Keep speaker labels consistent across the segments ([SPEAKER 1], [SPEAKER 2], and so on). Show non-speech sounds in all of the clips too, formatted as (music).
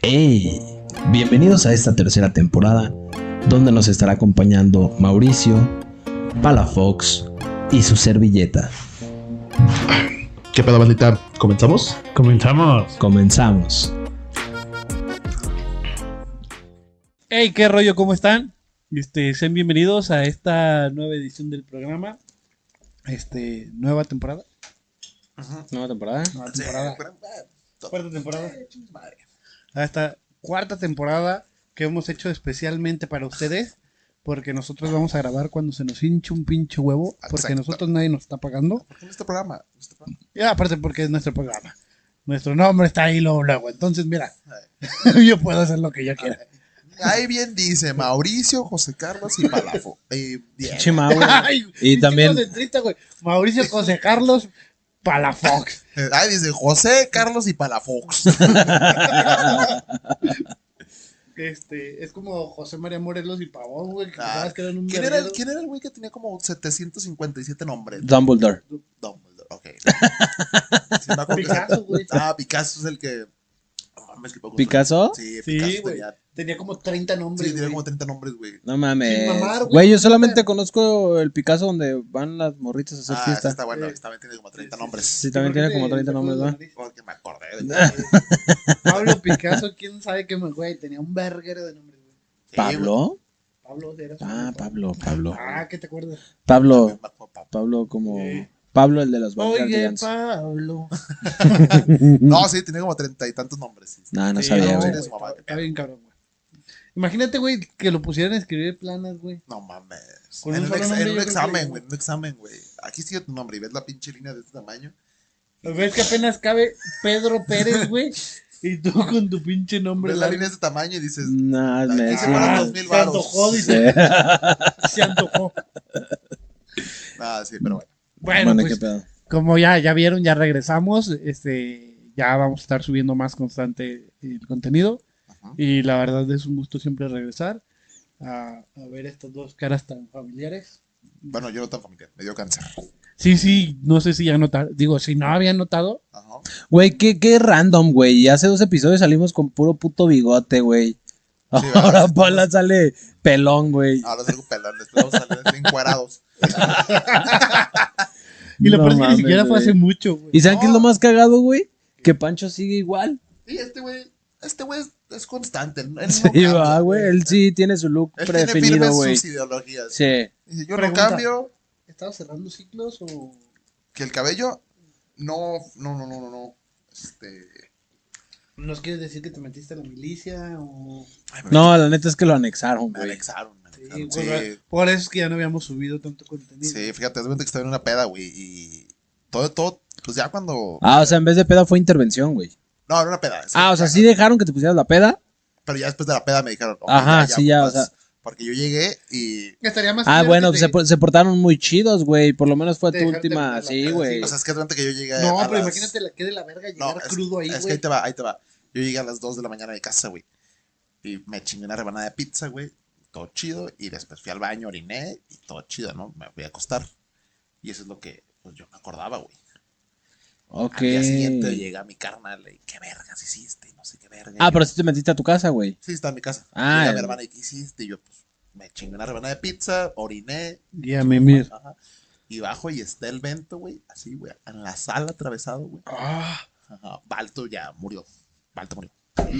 [SPEAKER 1] ¡Hey! Bienvenidos a esta tercera temporada, donde nos estará acompañando Mauricio, Palafox y su servilleta.
[SPEAKER 2] ¿Qué pedo, bandita? ¿Comenzamos?
[SPEAKER 3] Comenzamos.
[SPEAKER 1] Comenzamos.
[SPEAKER 3] Hey, qué rollo, ¿cómo están? Este, sean bienvenidos a esta nueva edición del programa. Este, nueva temporada.
[SPEAKER 1] Nueva temporada.
[SPEAKER 3] Nueva temporada. Cuarta temporada. A esta cuarta temporada que hemos hecho especialmente para ustedes. Porque nosotros vamos a grabar cuando se nos hinche un pinche huevo. Porque
[SPEAKER 4] Exacto.
[SPEAKER 3] nosotros nadie nos está pagando.
[SPEAKER 4] en este programa. en este programa.
[SPEAKER 3] Y aparte porque es nuestro programa. Nuestro nombre está ahí luego, luego. Entonces, mira, (laughs) yo puedo hacer lo que yo quiera.
[SPEAKER 4] Ahí bien dice Mauricio, José Carlos y Palafo. Eh, bien.
[SPEAKER 3] Ah, (laughs) Ay, pinche
[SPEAKER 1] también-
[SPEAKER 3] concentrista, güey. Mauricio José Carlos Palafox.
[SPEAKER 4] Eh, Ahí dice José Carlos y Palafox.
[SPEAKER 3] Este, es como José María Morelos y Pavón, güey, que
[SPEAKER 4] Ah,
[SPEAKER 3] sabes que eran un
[SPEAKER 4] ¿Quién era, el,
[SPEAKER 3] verguero.
[SPEAKER 4] ¿Quién era el güey que tenía como 757 nombres?
[SPEAKER 1] Dumbledore.
[SPEAKER 4] Dumbledore, ok. Sí, me acuerdo que-
[SPEAKER 3] Picasso, güey.
[SPEAKER 4] Ah, Picasso es el que. No mames, que poco-
[SPEAKER 1] ¿Picasso?
[SPEAKER 4] Sí,
[SPEAKER 3] Sí,
[SPEAKER 4] Picasso
[SPEAKER 3] güey.
[SPEAKER 4] tenía,
[SPEAKER 3] Tenía como 30
[SPEAKER 4] sí,
[SPEAKER 3] nombres,
[SPEAKER 4] tenía
[SPEAKER 3] güey.
[SPEAKER 4] como 30 nombres, güey.
[SPEAKER 1] No
[SPEAKER 3] Sin
[SPEAKER 1] mames.
[SPEAKER 3] mamar, güey.
[SPEAKER 1] Güey, yo solamente conozco el Picasso donde van las morritas a hacer
[SPEAKER 4] Ah, ese
[SPEAKER 1] fiesta.
[SPEAKER 4] está bueno,
[SPEAKER 3] Sí.
[SPEAKER 4] ese también tiene como 30 nombres.
[SPEAKER 1] Sí, también tiene
[SPEAKER 3] Porque
[SPEAKER 1] como
[SPEAKER 3] te-
[SPEAKER 1] 30
[SPEAKER 3] te
[SPEAKER 1] nombres,
[SPEAKER 3] acuerdas
[SPEAKER 1] ¿verdad?
[SPEAKER 3] de la
[SPEAKER 4] Porque me acordé.
[SPEAKER 3] Ah,
[SPEAKER 4] De...
[SPEAKER 3] nariz. Este, Pablo Picasso, quién sabe qué me güey, tenía un verguero de nombres, güey.
[SPEAKER 4] Sí, güey.
[SPEAKER 1] ¿Pablo?
[SPEAKER 3] Pablo era su
[SPEAKER 1] Ah,
[SPEAKER 3] nombre.
[SPEAKER 1] Pablo, Pablo.
[SPEAKER 3] Ah, ¿qué te acuerdas?
[SPEAKER 1] Pablo,
[SPEAKER 4] Me acuerdo, Pablo.
[SPEAKER 1] Pablo como...
[SPEAKER 3] Sí.
[SPEAKER 1] Pablo el de los
[SPEAKER 3] Oye,
[SPEAKER 1] Vanguardians.
[SPEAKER 4] (laughs)
[SPEAKER 3] Pablo.
[SPEAKER 4] No, sí, tenía como 30 y tantos nombres. sí, sí.
[SPEAKER 1] Mm, No, no
[SPEAKER 3] Sí,
[SPEAKER 1] sabía,
[SPEAKER 3] no, este
[SPEAKER 1] güey.
[SPEAKER 4] Eres mamá,
[SPEAKER 3] Está bien cabrón, güey. Imagínate, güey, que lo pusieran a escribir planas, güey.
[SPEAKER 4] No mames.
[SPEAKER 3] Con
[SPEAKER 4] En
[SPEAKER 3] un
[SPEAKER 4] un,
[SPEAKER 3] solo nombre
[SPEAKER 4] ex- en
[SPEAKER 3] yo
[SPEAKER 4] un
[SPEAKER 3] creo que
[SPEAKER 4] examen,
[SPEAKER 3] le-
[SPEAKER 4] güey. En un examen, güey. Aquí sigue tu nombre y ves la pinche línea de este tamaño.
[SPEAKER 3] ¿Ves que apenas cabe Pedro Pérez, güey? Y tú con tu pinche nombre.
[SPEAKER 4] ves la
[SPEAKER 3] largo.
[SPEAKER 4] línea de este tamaño y dices.
[SPEAKER 1] No, me
[SPEAKER 4] Ahí
[SPEAKER 3] Ah,
[SPEAKER 4] se fueron dos mil
[SPEAKER 3] se
[SPEAKER 4] varos.
[SPEAKER 3] antojó, dice.
[SPEAKER 1] Sí.
[SPEAKER 3] Se antojó.
[SPEAKER 4] Ah, sí, pero bueno.
[SPEAKER 3] (laughs) Bueno,
[SPEAKER 1] Bueno,
[SPEAKER 3] pues,
[SPEAKER 1] qué pedo.
[SPEAKER 3] como ya, ya vieron, ya regresamos. Este, ya vamos a estar subiendo más constante el contenido.
[SPEAKER 4] Ajá.
[SPEAKER 3] Y la verdad es un gusto siempre regresar a, a ver estas dos caras tan familiares.
[SPEAKER 4] Bueno, yo no tan familiar. Me dio cáncer.
[SPEAKER 3] Sí, sí, no sé si ya notaron. Digo, si no habían notado.
[SPEAKER 4] Ajá.
[SPEAKER 1] Güey, qué, qué random, güey. Hace dos episodios salimos con puro puto bigote, güey.
[SPEAKER 4] ¿verdad?
[SPEAKER 1] (laughs) Ahora Paula sale pelón, güey.
[SPEAKER 3] Ah,
[SPEAKER 4] Ahora salgo pelón. Después vamos a salir así encuerados.
[SPEAKER 3] Y lo
[SPEAKER 1] No
[SPEAKER 3] peor es que ni
[SPEAKER 1] mames,
[SPEAKER 3] siquiera fue
[SPEAKER 1] güey.
[SPEAKER 3] hace mucho, güey.
[SPEAKER 1] ¿Y saben qué es lo
[SPEAKER 4] No.
[SPEAKER 1] más cagado, güey? Que Pancho sigue igual.
[SPEAKER 4] Sí, este güey. Este güey es, es constante. Él, él
[SPEAKER 1] Sí,
[SPEAKER 4] no
[SPEAKER 1] va,
[SPEAKER 4] cambia.
[SPEAKER 1] güey. Él sí tiene su look
[SPEAKER 4] Él tiene
[SPEAKER 1] preferido,
[SPEAKER 4] firmes
[SPEAKER 1] güey.
[SPEAKER 4] sus ideologías.
[SPEAKER 1] Sí.
[SPEAKER 4] Dice, yo
[SPEAKER 3] Pregunta.
[SPEAKER 4] no cambio
[SPEAKER 3] ¿Estaba cerrando ciclos o.?
[SPEAKER 4] que el cabello. No, no, no, no, no. no. Este.
[SPEAKER 3] ¿Nos quieres decir que te metiste a la milicia o.?
[SPEAKER 4] ay, me
[SPEAKER 1] No, la neta es que lo anexaron,
[SPEAKER 4] Me
[SPEAKER 1] güey.
[SPEAKER 4] anexaron. Me
[SPEAKER 3] Sí,
[SPEAKER 4] anexaron.
[SPEAKER 3] güey,
[SPEAKER 4] sí.
[SPEAKER 3] Por eso es que ya no habíamos subido tanto contenido.
[SPEAKER 4] Sí, fíjate, es que estaba en una peda, güey, y todo, todo, pues ya cuando...
[SPEAKER 1] Ah, o sea, en vez de peda fue intervención, güey.
[SPEAKER 4] No, era una peda. sí.
[SPEAKER 1] Ah, o sea, sí dejaron que te pusieras la
[SPEAKER 4] Ah,
[SPEAKER 1] peda.
[SPEAKER 4] Pero ya después de la peda me dijeron... ok,
[SPEAKER 1] Ajá, sí, ya,
[SPEAKER 4] vas.
[SPEAKER 1] o sea.
[SPEAKER 4] Porque yo llegué y...
[SPEAKER 3] Estaría más
[SPEAKER 1] Ah,
[SPEAKER 3] claro
[SPEAKER 1] bueno,
[SPEAKER 3] que
[SPEAKER 1] se,
[SPEAKER 3] te-
[SPEAKER 1] por- se portaron muy chidos, güey. Por lo menos fue tu
[SPEAKER 3] Dejarte
[SPEAKER 1] última.
[SPEAKER 3] poner la
[SPEAKER 1] Sí,
[SPEAKER 3] peda,
[SPEAKER 1] güey.
[SPEAKER 4] O sea, es que durante que yo llegué...
[SPEAKER 3] No,
[SPEAKER 4] Eh, a
[SPEAKER 3] pero
[SPEAKER 4] las-
[SPEAKER 3] imagínate la que de la verga llegar
[SPEAKER 4] No, es-
[SPEAKER 3] crudo ahí,
[SPEAKER 4] Es que
[SPEAKER 3] güey.
[SPEAKER 4] ahí te va, ahí te va. Yo llegué a las 2 de la mañana de casa, güey. Y me chingué una rebanada de pizza, güey. Todo chido. Y después fui al baño, oriné y todo chido, ¿no? Me fui a acostar. Y eso es lo que pues, yo me acordaba, güey.
[SPEAKER 1] ok.
[SPEAKER 4] Al día siguiente llega mi carnal y qué vergas hiciste, no sé qué verga.
[SPEAKER 1] Ah,
[SPEAKER 4] Y
[SPEAKER 1] pero sí te metiste a tu casa, güey.
[SPEAKER 4] Sí, está en mi casa.
[SPEAKER 1] Ah,
[SPEAKER 4] Ah,
[SPEAKER 1] el-
[SPEAKER 4] mi hermana, ¿y qué hiciste? Y yo, pues, me chingué una rebanada de pizza, oriné.
[SPEAKER 3] Y a mimir.
[SPEAKER 4] Ajá. Y bajo y está el vento, güey, así, güey, en la sala atravesado, güey.
[SPEAKER 3] Ah,
[SPEAKER 4] Ajá. Balto ya murió. Balto murió.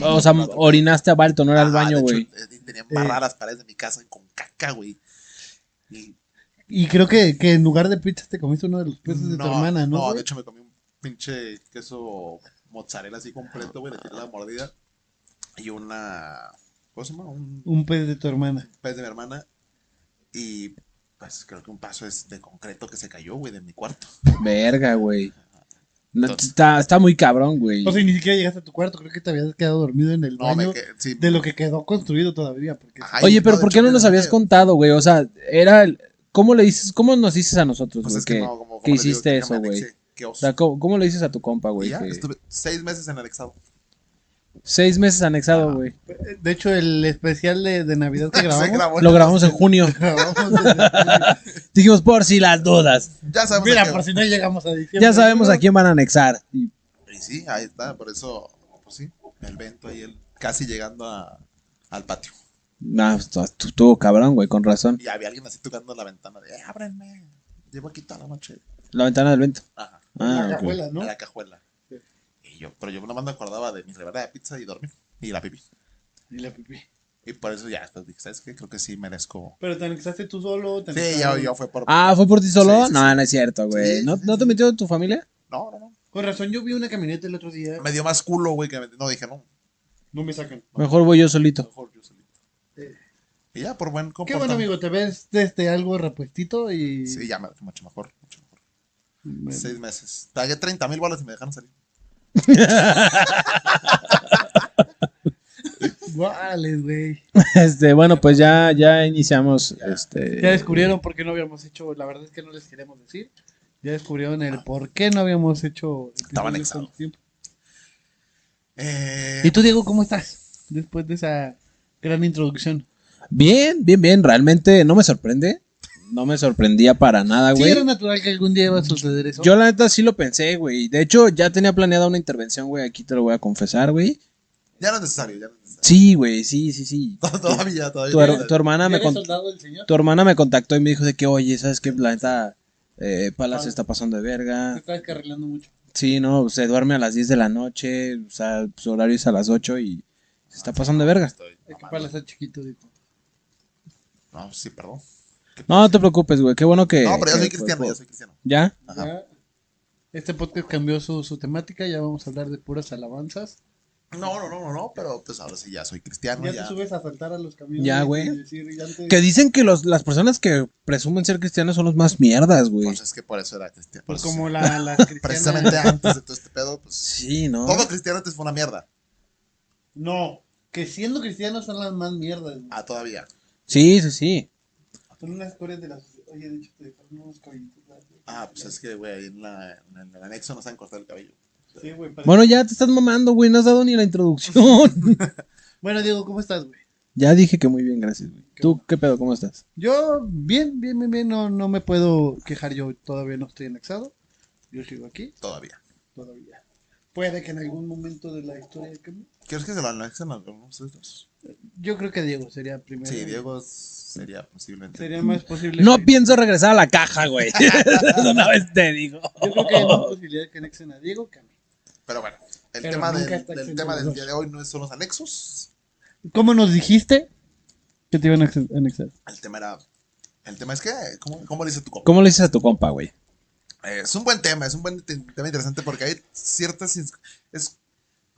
[SPEAKER 1] O sea, orinaste a Balto, no era el
[SPEAKER 4] Ajá,
[SPEAKER 1] baño,
[SPEAKER 4] de hecho,
[SPEAKER 1] güey.
[SPEAKER 4] eh, Tenían barradas las paredes de mi casa con caca, güey. Y
[SPEAKER 3] y creo que, que en lugar de pizza te comiste uno de los
[SPEAKER 1] Pues,
[SPEAKER 3] peces de tu hermana, ¿no?
[SPEAKER 4] de
[SPEAKER 3] güey?
[SPEAKER 4] hecho me comí un pinche queso mozzarella así completo, güey, le tiré la mordida. Y una. ¿Cómo se llama? Un
[SPEAKER 3] Un pez de tu hermana.
[SPEAKER 4] pez pues, de mi hermana. Y pues creo que un paso es de concreto que se cayó, güey, de mi cuarto.
[SPEAKER 1] Verga, güey. No,
[SPEAKER 4] Entonces- pues
[SPEAKER 1] está, está muy cabrón, güey.
[SPEAKER 3] O sea, y ni siquiera llegaste a tu cuarto, creo que te habías quedado dormido en el
[SPEAKER 4] No,
[SPEAKER 3] baño
[SPEAKER 4] me que- sí.
[SPEAKER 3] de lo que quedó construido todavía. Porque
[SPEAKER 4] Ajá,
[SPEAKER 1] Oye,
[SPEAKER 4] no,
[SPEAKER 1] pero
[SPEAKER 4] de
[SPEAKER 1] ¿por
[SPEAKER 4] hecho,
[SPEAKER 1] qué no
[SPEAKER 4] me
[SPEAKER 1] nos
[SPEAKER 4] dormí,
[SPEAKER 1] habías
[SPEAKER 4] güey.
[SPEAKER 1] contado, güey? O sea, era el- ¿Cómo le dices, cómo nos dices a nosotros,
[SPEAKER 4] Pues
[SPEAKER 1] güey?
[SPEAKER 4] es que
[SPEAKER 1] que-
[SPEAKER 4] no, como- como
[SPEAKER 1] que
[SPEAKER 4] les digo,
[SPEAKER 1] hiciste
[SPEAKER 4] que
[SPEAKER 1] eso,
[SPEAKER 4] me
[SPEAKER 1] güey?
[SPEAKER 4] anexé, Qué
[SPEAKER 1] o
[SPEAKER 4] oso.
[SPEAKER 1] sea, ¿cómo, cómo le dices a tu compa,
[SPEAKER 4] Y
[SPEAKER 1] güey?
[SPEAKER 4] ya,
[SPEAKER 1] que-
[SPEAKER 4] estuve seis meses en anexado.
[SPEAKER 1] Seis meses
[SPEAKER 4] Ah,
[SPEAKER 1] anexado, güey.
[SPEAKER 3] De hecho, el especial de, de Navidad que
[SPEAKER 4] (laughs) (laughs) Se
[SPEAKER 3] grabamos.
[SPEAKER 4] grabó.
[SPEAKER 1] Lo grabamos en junio.
[SPEAKER 4] (laughs)
[SPEAKER 3] grabamos desde-
[SPEAKER 1] Dijimos, por si las dudas.
[SPEAKER 4] Ya sabemos. a
[SPEAKER 3] Mira,
[SPEAKER 4] qué-
[SPEAKER 3] por si no llegamos a diciembre.
[SPEAKER 1] Ya sabemos a quién van a anexar. Y
[SPEAKER 4] Y sí, ahí está, por eso, pues sí, el vento ahí, el, casi llegando a- al patio.
[SPEAKER 1] Ah, estu- estu- estuvo cabrón, güey, con razón.
[SPEAKER 4] Y había alguien así tocando la ventana de, "Eh, ábrenme, llevo aquí toda la noche.
[SPEAKER 1] La ventana del viento.
[SPEAKER 4] Ajá,
[SPEAKER 1] Ah,
[SPEAKER 3] la
[SPEAKER 1] ok.
[SPEAKER 3] cajuela, ¿no?
[SPEAKER 4] a la cajuela.
[SPEAKER 3] Sí.
[SPEAKER 4] Y yo, pero yo nomás me acordaba de mi rebanada de pizza y dormir, y la pipí.
[SPEAKER 3] Y la pipí.
[SPEAKER 4] Y por eso ya después dije, ¿sabes qué? Creo que sí merezco.
[SPEAKER 3] Pero te anexaste tú solo. te
[SPEAKER 4] Sí, ya,
[SPEAKER 3] anexaron-
[SPEAKER 4] ya fue por...
[SPEAKER 1] Ah, ¿fue por ti
[SPEAKER 4] Sí,
[SPEAKER 1] solo?
[SPEAKER 4] sí,
[SPEAKER 1] no, no es cierto, güey.
[SPEAKER 4] Sí,
[SPEAKER 1] ¿No,
[SPEAKER 4] sí,
[SPEAKER 1] ¿No
[SPEAKER 4] sí.
[SPEAKER 1] te metió tu familia?
[SPEAKER 4] No, no, no.
[SPEAKER 3] Con razón, yo vi una camioneta el otro día.
[SPEAKER 4] Me dio más culo, güey, que... me- No, dije, no,
[SPEAKER 3] No me sacan.
[SPEAKER 1] Mejor voy yo
[SPEAKER 4] (laughs)
[SPEAKER 1] solito.
[SPEAKER 4] mejor yo solito.
[SPEAKER 3] Eh.
[SPEAKER 4] Y ya, por buen
[SPEAKER 3] Qué bueno,
[SPEAKER 4] comportamiento.
[SPEAKER 3] amigo, te ves desde algo repuestito y.
[SPEAKER 4] Sí, ya, me- mucho mejor, mucho mejor.
[SPEAKER 3] Bueno.
[SPEAKER 4] Seis meses. Pagué 30 mil bolas y me dejaron salir.
[SPEAKER 3] Guales, güey.
[SPEAKER 1] Este, bueno, pues ya, ya iniciamos. Este.
[SPEAKER 3] Ya descubrieron por qué no habíamos hecho. La verdad es que no les queremos decir. Ya descubrieron el por qué no habíamos hecho.
[SPEAKER 4] Ah.
[SPEAKER 3] este
[SPEAKER 4] Estaba
[SPEAKER 3] episodios
[SPEAKER 4] anexado.
[SPEAKER 3] con tiempo.
[SPEAKER 4] Eh,
[SPEAKER 3] ¿Y tú, Diego, cómo estás? Después de esa gran introducción.
[SPEAKER 1] Bien, bien, bien. Realmente no me sorprende. No me sorprendía para nada,
[SPEAKER 3] Sí,
[SPEAKER 1] Ah, güey.
[SPEAKER 3] era natural que algún día iba a suceder eso.
[SPEAKER 1] Yo la neta sí lo pensé, güey. De hecho, ya tenía planeada una intervención, güey. Aquí te lo voy a confesar, güey.
[SPEAKER 4] Ya no es necesario, ya no es necesario.
[SPEAKER 1] Sí, güey, sí, sí, sí.
[SPEAKER 4] (laughs) todavía, todavía.
[SPEAKER 1] Tu, her- tu hermana me
[SPEAKER 3] ¿Eres
[SPEAKER 1] contó.
[SPEAKER 3] soldado del señor?
[SPEAKER 1] Tu hermana me contactó y me dijo de que, oye, ¿sabes qué? La neta, eh, Palas se está pasando de
[SPEAKER 3] Te
[SPEAKER 1] verga.
[SPEAKER 3] estás carrilando mucho.
[SPEAKER 1] Sí, no, se duerme a las 10 de la noche, o sea, su horario es a las 8 y se está pasando de verga.
[SPEAKER 4] Estoy
[SPEAKER 3] Es que
[SPEAKER 4] mamando.
[SPEAKER 3] para estar chiquito, dijo.
[SPEAKER 4] No, sí, perdón.
[SPEAKER 1] No, no te preocupes, güey, qué bueno que...
[SPEAKER 4] No, pero yo
[SPEAKER 1] que-
[SPEAKER 4] soy cristiano, yo soy cristiano.
[SPEAKER 1] ¿Ya?
[SPEAKER 4] Ajá.
[SPEAKER 3] Ya. Este podcast cambió su, su temática, ya vamos a hablar de puras alabanzas.
[SPEAKER 4] No, no, no, no, no, pero pues ahora sí ya soy cristiano.
[SPEAKER 3] Ya,
[SPEAKER 4] Ya,
[SPEAKER 3] te subes a saltar a los camiones.
[SPEAKER 1] Ya, güey.
[SPEAKER 3] y decir, ya antes-
[SPEAKER 1] Que dicen que los, las personas que presumen ser cristianos son los más mierdas, güey.
[SPEAKER 4] Pues es que por eso era cristiano. por
[SPEAKER 3] Pues
[SPEAKER 4] eso-
[SPEAKER 3] como la, la cristiana.
[SPEAKER 4] precisamente antes de todo este pedo, pues.
[SPEAKER 1] Sí, ¿no?
[SPEAKER 4] Todo cristiano antes fue una mierda.
[SPEAKER 3] No, que siendo cristianos son las más mierdas. güey.
[SPEAKER 4] Ah, todavía.
[SPEAKER 1] Sí, sí, sí.
[SPEAKER 3] Son unas historias de las. Oye, de hecho, te dejaron unos cabellitos. ¿verdad?
[SPEAKER 4] Ah, pues es que, güey, ahí en, la, en el anexo nos han cortado el cabello.
[SPEAKER 3] Sí, güey. parece-
[SPEAKER 1] Bueno, ya te estás mamando, güey, no has dado ni la introducción. (laughs)
[SPEAKER 3] Bueno, Diego, ¿cómo estás, güey?
[SPEAKER 1] ya dije que muy bien, gracias, güey.
[SPEAKER 3] Qué
[SPEAKER 1] ¿Tú
[SPEAKER 3] bueno.
[SPEAKER 1] qué pedo, cómo estás?
[SPEAKER 3] Yo, bien, bien, bien, bien. No, no me puedo quejar, yo todavía no estoy anexado. Yo sigo aquí,
[SPEAKER 4] Todavía.
[SPEAKER 3] todavía. Puede que en algún momento de la historia cambie.
[SPEAKER 4] ¿Quieres que se lo anexen a algunos de estos?
[SPEAKER 3] Yo creo que Diego sería primero.
[SPEAKER 4] Sí, Diego sería posiblemente.
[SPEAKER 3] Sería más posible.
[SPEAKER 1] No
[SPEAKER 3] que-
[SPEAKER 1] pienso regresar a la caja,
[SPEAKER 3] (laughs)
[SPEAKER 1] güey. (laughs) De Una vez te digo.
[SPEAKER 3] Yo creo que hay más posibilidad que anexen a Diego que a mí.
[SPEAKER 4] Pero bueno, el
[SPEAKER 3] Pero
[SPEAKER 4] tema,
[SPEAKER 3] nunca
[SPEAKER 4] del,
[SPEAKER 3] está
[SPEAKER 4] del
[SPEAKER 3] exento
[SPEAKER 4] tema
[SPEAKER 3] de
[SPEAKER 4] del
[SPEAKER 3] los
[SPEAKER 4] día de hoy no son los anexos.
[SPEAKER 3] ¿Cómo nos dijiste que te iban a anex- anexar?
[SPEAKER 4] El tema era. El tema es que, ¿cómo, cómo le dice tu compa?
[SPEAKER 1] ¿Cómo le dices a tu compa, güey?
[SPEAKER 4] Eh, es un buen tema, es un buen te- tema interesante porque hay ciertas. ins- Es,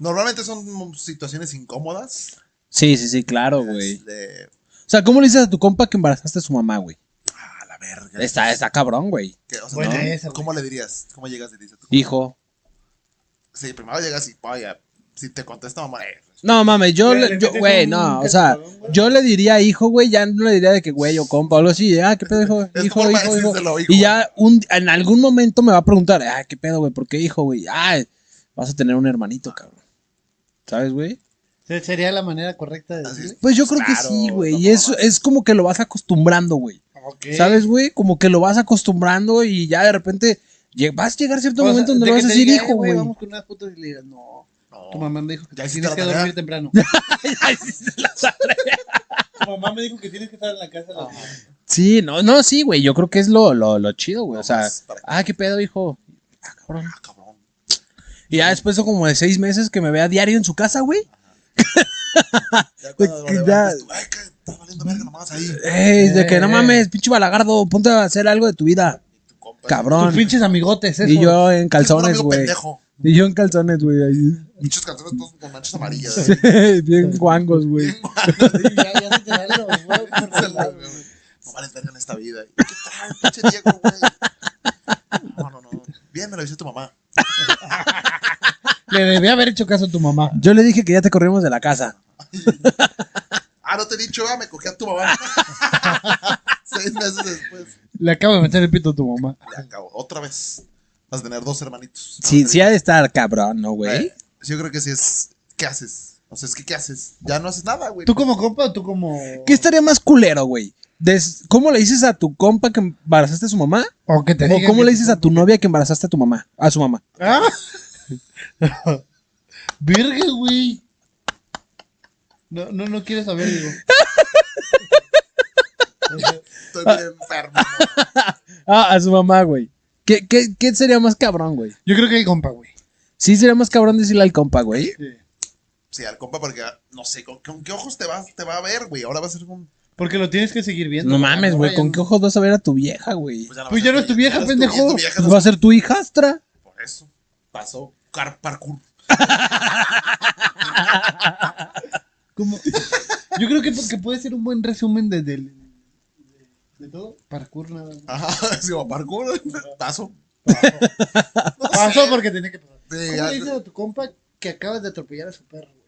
[SPEAKER 4] normalmente son situaciones incómodas.
[SPEAKER 1] Sí, sí, sí, claro, güey.
[SPEAKER 4] Este,
[SPEAKER 1] O sea, ¿cómo le dices a tu compa que embarazaste a su mamá, güey?
[SPEAKER 4] ah, la verga.
[SPEAKER 1] Está, está cabrón, güey.
[SPEAKER 4] Que, o sea,
[SPEAKER 3] Buena
[SPEAKER 4] ¿no?
[SPEAKER 3] esa, güey.
[SPEAKER 4] ¿Cómo le dirías? ¿Cómo llegas y le dices a tu compa?
[SPEAKER 1] Hijo.
[SPEAKER 4] Sí, primero llegas y, vaya, si te contesta mamá, eh,
[SPEAKER 1] No, mames, yo,
[SPEAKER 3] Le-
[SPEAKER 1] le-
[SPEAKER 3] le
[SPEAKER 1] yo-
[SPEAKER 3] metes
[SPEAKER 1] güey,
[SPEAKER 3] un
[SPEAKER 1] no, o sea,
[SPEAKER 3] cascarón, güey.
[SPEAKER 1] yo le diría hijo, güey, ya no le diría de que güey o compa o algo así, ah, qué pedo, (laughs) hijo,
[SPEAKER 4] Es
[SPEAKER 1] hijo,
[SPEAKER 4] forma de
[SPEAKER 1] hijo, hijo.
[SPEAKER 4] decírselo, hijo.
[SPEAKER 1] Y ya un, en algún momento me va a preguntar, ah, qué pedo, güey, ¿por qué hijo, güey? Ah, vas a tener un hermanito, cabrón. ¿Sabes, güey?
[SPEAKER 3] Se- Sería la manera correcta de
[SPEAKER 4] Así
[SPEAKER 3] decirle.
[SPEAKER 1] Pues yo creo que
[SPEAKER 4] Claro,
[SPEAKER 1] sí, güey,
[SPEAKER 4] no
[SPEAKER 1] y eso
[SPEAKER 4] mames.
[SPEAKER 1] es como que lo vas acostumbrando, güey.
[SPEAKER 3] Ok.
[SPEAKER 1] ¿Sabes, güey? Como que lo vas acostumbrando y ya de repente lle- vas a llegar cierto
[SPEAKER 3] O sea,
[SPEAKER 1] momento donde
[SPEAKER 3] de
[SPEAKER 1] le vas
[SPEAKER 3] que
[SPEAKER 1] a
[SPEAKER 3] te
[SPEAKER 1] decir
[SPEAKER 3] diga,
[SPEAKER 1] hijo,
[SPEAKER 3] "Eh,
[SPEAKER 1] güey.
[SPEAKER 3] Vamos con unas fotos y le digas, no,
[SPEAKER 4] no.
[SPEAKER 3] tu mamá me dijo que
[SPEAKER 4] Ya hiciste
[SPEAKER 3] tienes
[SPEAKER 4] la
[SPEAKER 3] que
[SPEAKER 4] tarea.
[SPEAKER 3] dormir (laughs) temprano.
[SPEAKER 1] Ay, sí, se la sabe.
[SPEAKER 3] tu mamá me dijo que tienes que estar en la casa. a las diez.
[SPEAKER 1] Sí, no, no, sí, güey. Yo creo que es lo, lo, lo chido, güey. O
[SPEAKER 4] No,
[SPEAKER 1] sea,
[SPEAKER 4] pues, para-
[SPEAKER 1] ah, qué pedo, hijo. Ah, cabrón.
[SPEAKER 4] Ah, cabrón.
[SPEAKER 1] Y ya después de como de seis meses que me vea diario en su casa, güey.
[SPEAKER 4] Ya cuando
[SPEAKER 1] que
[SPEAKER 4] lo
[SPEAKER 1] ya-
[SPEAKER 4] levantas tú, ay, que está valiendo verga nomás ahí.
[SPEAKER 1] Ey, de que no
[SPEAKER 3] Eh.
[SPEAKER 1] mames, pinche balagardo, ponte a hacer algo de tu vida,
[SPEAKER 4] Y tu compa,
[SPEAKER 1] cabrón.
[SPEAKER 3] Tus pinches amigotes, eso.
[SPEAKER 1] Y
[SPEAKER 3] (laughs)
[SPEAKER 1] yo en
[SPEAKER 4] "Sí, puro
[SPEAKER 1] calzones,
[SPEAKER 4] amigo
[SPEAKER 1] güey.
[SPEAKER 4] pendejo".
[SPEAKER 1] Y yo en calzones, güey. ahí. (laughs)
[SPEAKER 4] Muchos calzones todos con manchas amarillas.
[SPEAKER 1] Bien guangos, güey.
[SPEAKER 4] Bien guapo.
[SPEAKER 3] Sí, ya, ya se te dan los (laughs) huevos por
[SPEAKER 4] Se
[SPEAKER 3] los
[SPEAKER 4] la-
[SPEAKER 3] lados, güey.
[SPEAKER 4] No vales verga en esta vida. ¿Qué trae, pinche Diego, güey? No, no, no. Bien, me lo dice tu mamá.
[SPEAKER 3] Le debía haber hecho caso a tu mamá.
[SPEAKER 1] Yo le dije que ya te corrimos de la casa.
[SPEAKER 4] Ah, no te he dicho, ah, me cogí a tu mamá. (laughs) Seis meses después.
[SPEAKER 3] Le acabo de meter el pito a tu mamá.
[SPEAKER 4] Ya acabó. Otra vez. Vas a tener dos hermanitos.
[SPEAKER 1] Sí, sí ha de estar cabrón, ¿no, güey?
[SPEAKER 4] Eh, Yo creo que sí es. ¿Qué haces? O sea, es que ¿qué haces? Ya no haces nada, güey.
[SPEAKER 3] ¿Tú como compa o tú como.?
[SPEAKER 1] ¿Qué estaría más culero, güey? Des- ¿Cómo le dices a tu compa que embarazaste a su mamá?
[SPEAKER 3] ¿O que te
[SPEAKER 1] ¿O
[SPEAKER 3] digan
[SPEAKER 1] cómo
[SPEAKER 3] que
[SPEAKER 1] le
[SPEAKER 3] tú
[SPEAKER 1] dices a tu novia que embarazaste a tu mamá?
[SPEAKER 3] (laughs)
[SPEAKER 1] A su mamá.
[SPEAKER 3] ¿Ah? Virgen, güey. No, no, no quieres saber, digo.
[SPEAKER 4] Estoy bien enfermo.
[SPEAKER 1] Ah, a su mamá, güey. ¿Qué, qué, qué sería más cabrón, güey?
[SPEAKER 3] Yo creo que el compa, güey.
[SPEAKER 1] Sí, sería más cabrón decirle al compa, güey.
[SPEAKER 3] Sí.
[SPEAKER 4] Sí, al compa, porque no sé, ¿con, con qué ojos te va, te va a ver, güey? Ahora va a ser un.
[SPEAKER 3] Porque lo tienes que seguir viendo.
[SPEAKER 1] No
[SPEAKER 3] güey.
[SPEAKER 1] mames, güey.
[SPEAKER 3] Ahora
[SPEAKER 1] ¿Con
[SPEAKER 3] ya
[SPEAKER 1] qué
[SPEAKER 3] no-
[SPEAKER 1] ojos vas a ver a tu vieja, güey?
[SPEAKER 4] Pues ya,
[SPEAKER 3] Pues ya no es tu vieja, pendejo.
[SPEAKER 4] pendejo. vieja, no
[SPEAKER 1] Va a ser tu hijastra.
[SPEAKER 4] Por eso pasó car parkour.
[SPEAKER 3] ¿Cómo? Yo creo que, que puede ser un buen resumen de, del- de todo. Parkour nada más.
[SPEAKER 4] Ajá, (laughs) sí, o parkour, paso.
[SPEAKER 3] Pasó porque tenía que pasar.
[SPEAKER 4] Sí,
[SPEAKER 3] ¿Cómo
[SPEAKER 4] ya-
[SPEAKER 3] le dices a tu compa que acabas de atropellar a su perro, güey?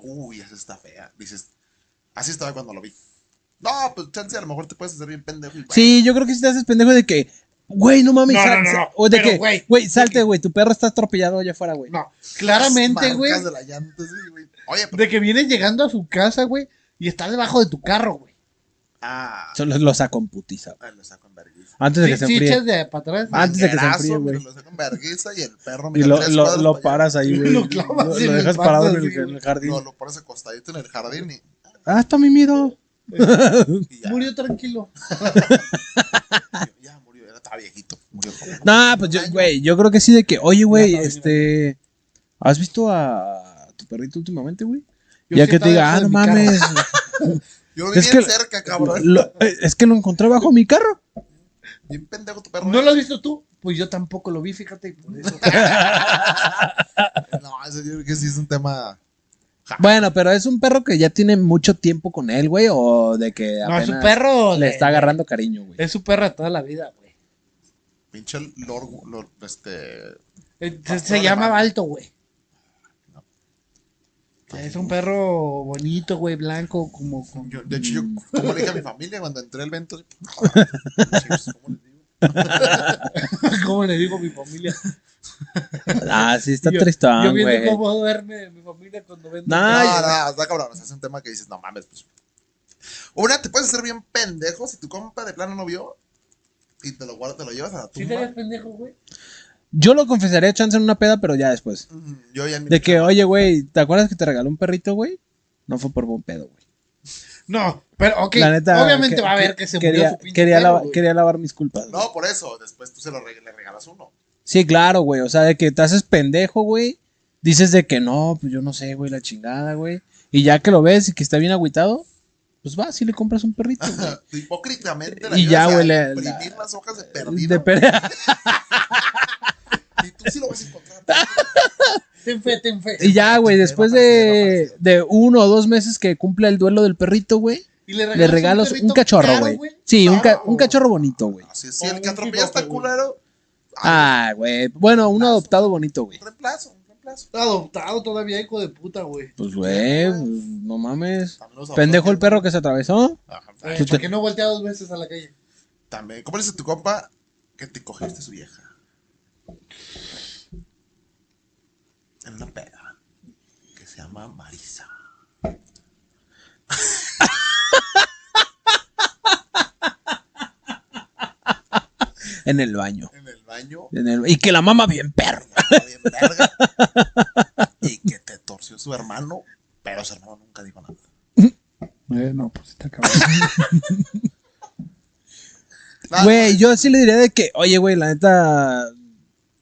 [SPEAKER 4] Uy, esa está fea. Dices, así estaba cuando lo vi. No, pues chance, a lo mejor te puedes hacer bien pendejo. y,
[SPEAKER 1] Sí, yo creo que si te haces pendejo de que, güey, no mames,
[SPEAKER 3] No,
[SPEAKER 1] sal-
[SPEAKER 3] no, no, no,
[SPEAKER 1] o de
[SPEAKER 3] pero,
[SPEAKER 1] que,
[SPEAKER 3] güey,
[SPEAKER 1] güey, salte, güey, tu perro está atropellado allá afuera, güey.
[SPEAKER 3] No,
[SPEAKER 4] las
[SPEAKER 3] claramente,
[SPEAKER 4] marcas
[SPEAKER 3] güey.
[SPEAKER 4] de la llanta, sí, güey. Oye, pero.
[SPEAKER 3] De que vienes llegando a su casa, güey, y está debajo de tu carro, güey.
[SPEAKER 4] Ah,
[SPEAKER 1] Solo lo saco en putiza. güey.
[SPEAKER 4] ah, lo saco en vergüenza.
[SPEAKER 1] Antes de
[SPEAKER 3] Sí,
[SPEAKER 1] que se
[SPEAKER 3] sí,
[SPEAKER 1] enfríe.
[SPEAKER 3] echas de para atrás.
[SPEAKER 1] Ah, Antes de que se
[SPEAKER 4] Manguerazo,
[SPEAKER 1] enfríe, güey.
[SPEAKER 4] mira, Lo saco en vergüenza y el perro
[SPEAKER 1] Y
[SPEAKER 4] mira,
[SPEAKER 1] lo,
[SPEAKER 4] tres
[SPEAKER 1] lo,
[SPEAKER 4] cuadras
[SPEAKER 1] lo
[SPEAKER 4] para allá.
[SPEAKER 1] paras
[SPEAKER 3] (laughs)
[SPEAKER 1] ahí, güey.
[SPEAKER 3] Lo
[SPEAKER 1] Lo,
[SPEAKER 3] clavas
[SPEAKER 1] lo
[SPEAKER 3] en el
[SPEAKER 1] dejas
[SPEAKER 3] pasto,
[SPEAKER 1] parado en el,
[SPEAKER 3] así,
[SPEAKER 1] en el
[SPEAKER 3] güey.
[SPEAKER 1] jardín.
[SPEAKER 4] No, lo pones acostadito en el jardín y,
[SPEAKER 1] Ah, está mimido.
[SPEAKER 4] y ya.
[SPEAKER 3] Murió tranquilo.
[SPEAKER 4] Ya murió, era- estaba viejito. Murió como-
[SPEAKER 1] No, pues yo,
[SPEAKER 4] Ay,
[SPEAKER 1] güey, yo creo que sí de que, oye, güey,
[SPEAKER 3] Ya sabes,
[SPEAKER 1] este, ¿has visto a tu perrito últimamente, güey?
[SPEAKER 3] Yo
[SPEAKER 1] Ya
[SPEAKER 3] sí
[SPEAKER 1] que
[SPEAKER 3] estaba
[SPEAKER 1] te diga, ah,
[SPEAKER 3] debajo
[SPEAKER 1] no
[SPEAKER 3] de mi carro.
[SPEAKER 1] mames, (laughs)
[SPEAKER 4] Yo lo vi
[SPEAKER 1] Es
[SPEAKER 4] bien
[SPEAKER 1] que-
[SPEAKER 4] cerca, cabrón.
[SPEAKER 1] lo- eh, es que lo encontré bajo mi carro.
[SPEAKER 4] Bien pendejo tu perro. ¿eh?
[SPEAKER 3] ¿No lo has visto tú? Pues yo tampoco lo vi, fíjate. y por (laughs) eso.
[SPEAKER 4] No, eso yo creo que sí es un tema.
[SPEAKER 1] Bueno, pero es un perro que ya tiene mucho tiempo con él, güey, o de que
[SPEAKER 3] No, es
[SPEAKER 1] apenas
[SPEAKER 3] su perro.
[SPEAKER 1] le
[SPEAKER 3] de-
[SPEAKER 1] está agarrando cariño, güey.
[SPEAKER 3] Es su perro de toda la vida, güey.
[SPEAKER 4] Pinche lor, lor- este.
[SPEAKER 3] Eh, Se,
[SPEAKER 4] Pastor
[SPEAKER 3] se llama
[SPEAKER 4] alemán.
[SPEAKER 3] Balto, güey. Ah, Es un perro bonito, güey, blanco, como con... (laughs)
[SPEAKER 4] Yo, de hecho, yo, como le dije a mi familia cuando entré al evento, (laughs) Chicos, ¿cómo les digo?
[SPEAKER 3] ¿Cómo le digo a mi familia?
[SPEAKER 1] Ah, sí, está
[SPEAKER 3] Yo-
[SPEAKER 1] tristón,
[SPEAKER 3] Yo viendo
[SPEAKER 1] güey.
[SPEAKER 3] cómo duerme mi familia cuando vendo.
[SPEAKER 1] No,
[SPEAKER 4] No,
[SPEAKER 1] Ay,
[SPEAKER 4] no, está cabrón. o sea, es un tema que dices, no mames, pues. Una, te puedes hacer bien pendejo si tu compa de plano no vio y te lo guardas, te lo llevas a la
[SPEAKER 3] ¿Sí
[SPEAKER 4] tumba.
[SPEAKER 3] serías pendejo, güey?
[SPEAKER 1] Yo lo confesaría chance en una peda, pero ya después.
[SPEAKER 4] Mm, Yo ya en mi-
[SPEAKER 1] De que, oye, güey, ¿te acuerdas que te regaló un perrito, güey? No fue por buen pedo, güey.
[SPEAKER 3] No, pero ok,
[SPEAKER 1] La neta,
[SPEAKER 3] obviamente
[SPEAKER 1] que-
[SPEAKER 3] va a haber
[SPEAKER 1] que-
[SPEAKER 3] que se
[SPEAKER 1] quería,
[SPEAKER 3] murió su pinche
[SPEAKER 1] quería,
[SPEAKER 3] perro,
[SPEAKER 1] lava-
[SPEAKER 3] güey.
[SPEAKER 1] quería lavar mis culpas. güey.
[SPEAKER 4] No, por eso, después tú se lo reg- le regalas uno.
[SPEAKER 1] Sí, claro, güey. O sea, de que te haces pendejo, güey. Dices de que no, pues yo no sé, güey, la chingada, güey. Y ya que lo ves y que está bien agüitado, pues vas y le compras un perrito,
[SPEAKER 4] (laughs)
[SPEAKER 1] güey.
[SPEAKER 4] Tú Hipócritamente
[SPEAKER 1] Y ya,
[SPEAKER 4] ayudas a
[SPEAKER 1] güey, le-
[SPEAKER 4] imprimir
[SPEAKER 1] la-
[SPEAKER 4] las hojas de
[SPEAKER 1] De
[SPEAKER 4] perdido
[SPEAKER 1] pere-
[SPEAKER 4] y tú sí lo vas
[SPEAKER 1] (laughs)
[SPEAKER 4] a encontrar.
[SPEAKER 3] Ten fe, ten fe.
[SPEAKER 1] y ya, güey,
[SPEAKER 4] Te va
[SPEAKER 1] después
[SPEAKER 4] a aparecer,
[SPEAKER 1] de, de uno o dos meses que cumpla el duelo del perrito, güey,
[SPEAKER 3] Y le
[SPEAKER 1] le regalas un cachorro, güey. Sí, un, ca-
[SPEAKER 4] Claro.
[SPEAKER 1] un cachorro bonito, güey.
[SPEAKER 4] Así es,
[SPEAKER 3] O
[SPEAKER 4] si el que
[SPEAKER 3] un
[SPEAKER 4] atropella
[SPEAKER 3] bigote,
[SPEAKER 4] está
[SPEAKER 3] güey.
[SPEAKER 4] culero, ah,
[SPEAKER 1] Ah, güey. Bueno, un adoptado bonito, güey.
[SPEAKER 4] un reemplazo, un reemplazo.
[SPEAKER 3] Adoptado todavía, hijo de puta, güey.
[SPEAKER 1] Pues, güey, pues, no mames.
[SPEAKER 4] También los
[SPEAKER 1] Pendejo el
[SPEAKER 4] adoptan.
[SPEAKER 1] perro que se atravesó.
[SPEAKER 4] Ajá.
[SPEAKER 3] Eh,
[SPEAKER 1] Tú
[SPEAKER 3] ¿Por
[SPEAKER 1] te-
[SPEAKER 3] qué no voltea dos veces a la calle?
[SPEAKER 4] También, ¿cómo le dice tu compa que te cogiste a su vieja? En una peda que se llama Marisa.
[SPEAKER 1] En el baño.
[SPEAKER 4] En el baño,
[SPEAKER 1] En el- Y que la mama bien perro.
[SPEAKER 4] la bien verga, y que te torció su hermano, pero su hermano nunca dijo nada.
[SPEAKER 3] no, pues está cabrón.
[SPEAKER 4] Nada,
[SPEAKER 1] Güey, yo sí le diría de que, oye, güey, la neta,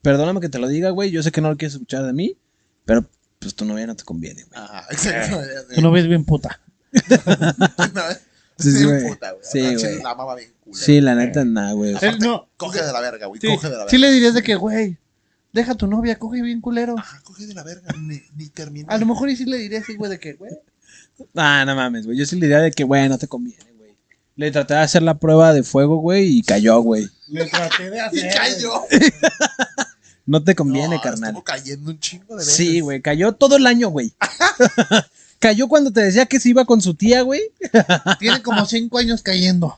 [SPEAKER 1] perdóname que te lo diga, güey, yo sé que no lo quieres escuchar de mí, pero pues tu novia no te conviene, güey.
[SPEAKER 4] Ajá, Ah, exacto. ya sé.
[SPEAKER 3] Tú no ves bien puta.
[SPEAKER 4] (laughs) Una vez-
[SPEAKER 1] Sí,
[SPEAKER 4] Sí,
[SPEAKER 1] güey.
[SPEAKER 4] puta, güey.
[SPEAKER 1] Sí,
[SPEAKER 4] Al chile
[SPEAKER 1] güey.
[SPEAKER 4] La mama bien culera.
[SPEAKER 1] Sí, la neta, nah, güey. o sea,
[SPEAKER 3] Eh, no,
[SPEAKER 4] Coge de la verga, güey.
[SPEAKER 3] sí,
[SPEAKER 4] Coge de la verga.
[SPEAKER 3] sí le dirías de que, güey, deja a tu novia, coge bien culero.
[SPEAKER 4] Ajá, coge de la verga. Ah, Ni, ni termina.
[SPEAKER 3] A lo mejor y sí le dirías así, güey, de que, güey.
[SPEAKER 1] Ah, no mames, güey, yo sí le diría de que, güey, no te conviene, güey. Le traté de hacer la prueba de fuego, güey, y cayó, güey.
[SPEAKER 3] Le traté de
[SPEAKER 4] Y cayó.
[SPEAKER 1] No te conviene,
[SPEAKER 4] No,
[SPEAKER 1] carnal.
[SPEAKER 4] Estuvo cayendo un chingo de veces.
[SPEAKER 1] Sí, güey, cayó todo el año, güey. (laughs) cayó cuando te decía que se iba con su tía, güey.
[SPEAKER 3] Tiene como cinco años cayendo.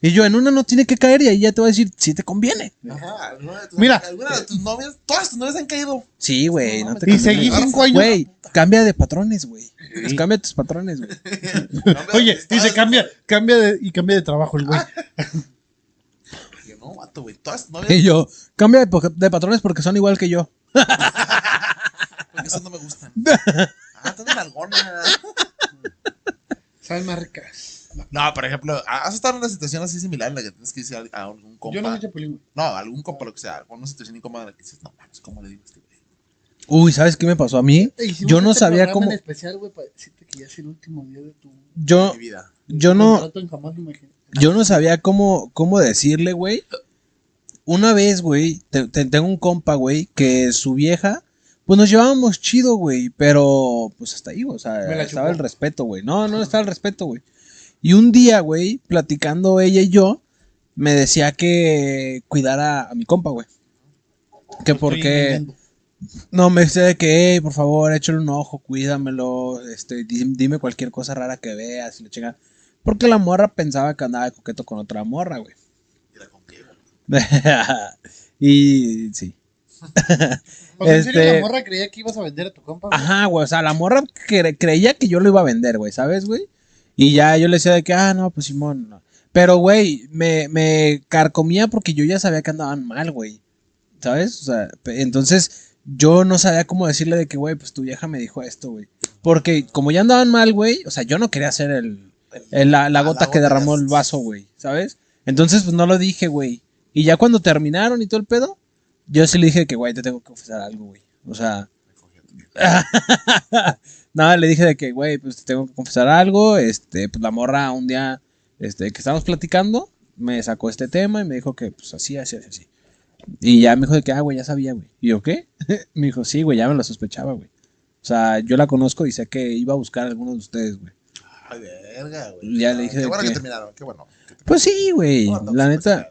[SPEAKER 1] Y yo, en una no tiene que caer y ahí ya te voy a decir, sí te conviene.
[SPEAKER 4] Ajá. alguna de tus-
[SPEAKER 3] Mira.
[SPEAKER 4] Alguna de tus novias, todas tus novias
[SPEAKER 1] (laughs)
[SPEAKER 4] han caído.
[SPEAKER 1] Sí, güey, no te
[SPEAKER 3] Y
[SPEAKER 1] conviene.
[SPEAKER 3] seguí
[SPEAKER 4] güey.
[SPEAKER 3] cinco años.
[SPEAKER 1] Güey, cambia de patrones, güey. Pues Cambia tus patrones, güey. (laughs)
[SPEAKER 3] Oye, y se cambia, cambia de, y cambia de trabajo el güey.
[SPEAKER 4] Yo no, mato, güey. Todas tus
[SPEAKER 1] (laughs)
[SPEAKER 4] novias.
[SPEAKER 1] Y yo, cambia de, po- de patrones porque son igual que yo. (laughs)
[SPEAKER 4] Porque esas no me gustan. Ah, entonces nalgona.
[SPEAKER 3] Sal marcas.
[SPEAKER 4] No, por ejemplo, ¿has estado en una situación así similar en la que tienes que decir a algún compa?
[SPEAKER 3] Yo no soy chapulín, güey.
[SPEAKER 4] No, algún compa, lo que sea, alguna situación incómoda en la que dices, no mames, ¿cómo le digo a este güey?
[SPEAKER 1] Uy, ¿sabes qué me pasó a mí?
[SPEAKER 3] Hicimos
[SPEAKER 1] Yo no
[SPEAKER 3] este
[SPEAKER 1] sabía
[SPEAKER 3] programa
[SPEAKER 1] cómo.
[SPEAKER 3] En especial, güey, para decirte que ya es el último día de tu.
[SPEAKER 1] Yo,
[SPEAKER 4] Mi vida.
[SPEAKER 1] yo no.
[SPEAKER 3] contrato en jamás me imaginé.
[SPEAKER 1] Yo no sabía cómo, cómo decirle, güey. Una vez, güey, te- te- tengo un compa, güey, que su vieja, pues nos llevábamos chido, güey, pero pues hasta ahí, o sea,
[SPEAKER 3] Me la
[SPEAKER 1] estaba
[SPEAKER 3] chupó.
[SPEAKER 1] el respeto, güey. No, no estaba el respeto, güey. Y un día, güey, platicando ella y yo, me decía que cuidara a mi compa, güey. Que
[SPEAKER 3] Lo estoy
[SPEAKER 1] porque...
[SPEAKER 3] engañando.
[SPEAKER 1] No, me decía de que, "Ey, por favor, échale un ojo, cuídamelo, este, di- dime cualquier cosa rara que veas y la chinga. Porque la morra pensaba que andaba de coqueto con otra morra, güey.
[SPEAKER 4] Y la compré, güey.
[SPEAKER 1] (laughs) y sí.
[SPEAKER 3] O sea, en serio, la
[SPEAKER 1] Este-
[SPEAKER 3] morra creía que ibas a vender a tu compa. güey?
[SPEAKER 1] Ajá, güey, o sea, la morra cre- creía que yo lo iba a vender, güey, ¿sabes, güey? Y ya yo le decía de que, ah, no, pues Simón, no. Pero, güey, me, me carcomía porque yo ya sabía que andaban mal, güey. ¿Sabes? O sea, pe- entonces yo no sabía cómo decirle de que, güey, pues tu vieja me dijo esto, güey. Porque como ya andaban mal, güey, o sea, yo no quería ser el, el- la, la
[SPEAKER 4] Ah, la
[SPEAKER 1] gota que
[SPEAKER 4] gota
[SPEAKER 1] derramó
[SPEAKER 4] de-
[SPEAKER 1] el vaso, güey, ¿sabes? Entonces, pues no lo dije, güey. Y ya cuando terminaron y todo el pedo, yo sí le dije que, güey, te tengo que confesar algo, güey. O sea, (laughs)
[SPEAKER 4] Me cogió.
[SPEAKER 1] Nada, le dije de que, güey, pues te tengo que confesar algo. Este, pues la morra un día, este, que estábamos platicando, me sacó este tema y me dijo que, pues así, así, así, así. Y ya me dijo de que, ah, güey, ya sabía, güey. ¿Y yo qué? me dijo, sí, güey, ya me lo sospechaba, güey. O sea, yo la conozco y sé que iba a buscar a alguno de ustedes, güey.
[SPEAKER 4] Ay, verga, güey.
[SPEAKER 1] Ya le dije
[SPEAKER 4] Qué
[SPEAKER 1] de
[SPEAKER 4] bueno que
[SPEAKER 1] que-
[SPEAKER 4] terminaron, qué bueno. que te-
[SPEAKER 1] Pues sí, güey.
[SPEAKER 4] No, no,
[SPEAKER 1] La
[SPEAKER 4] sí,
[SPEAKER 1] neta,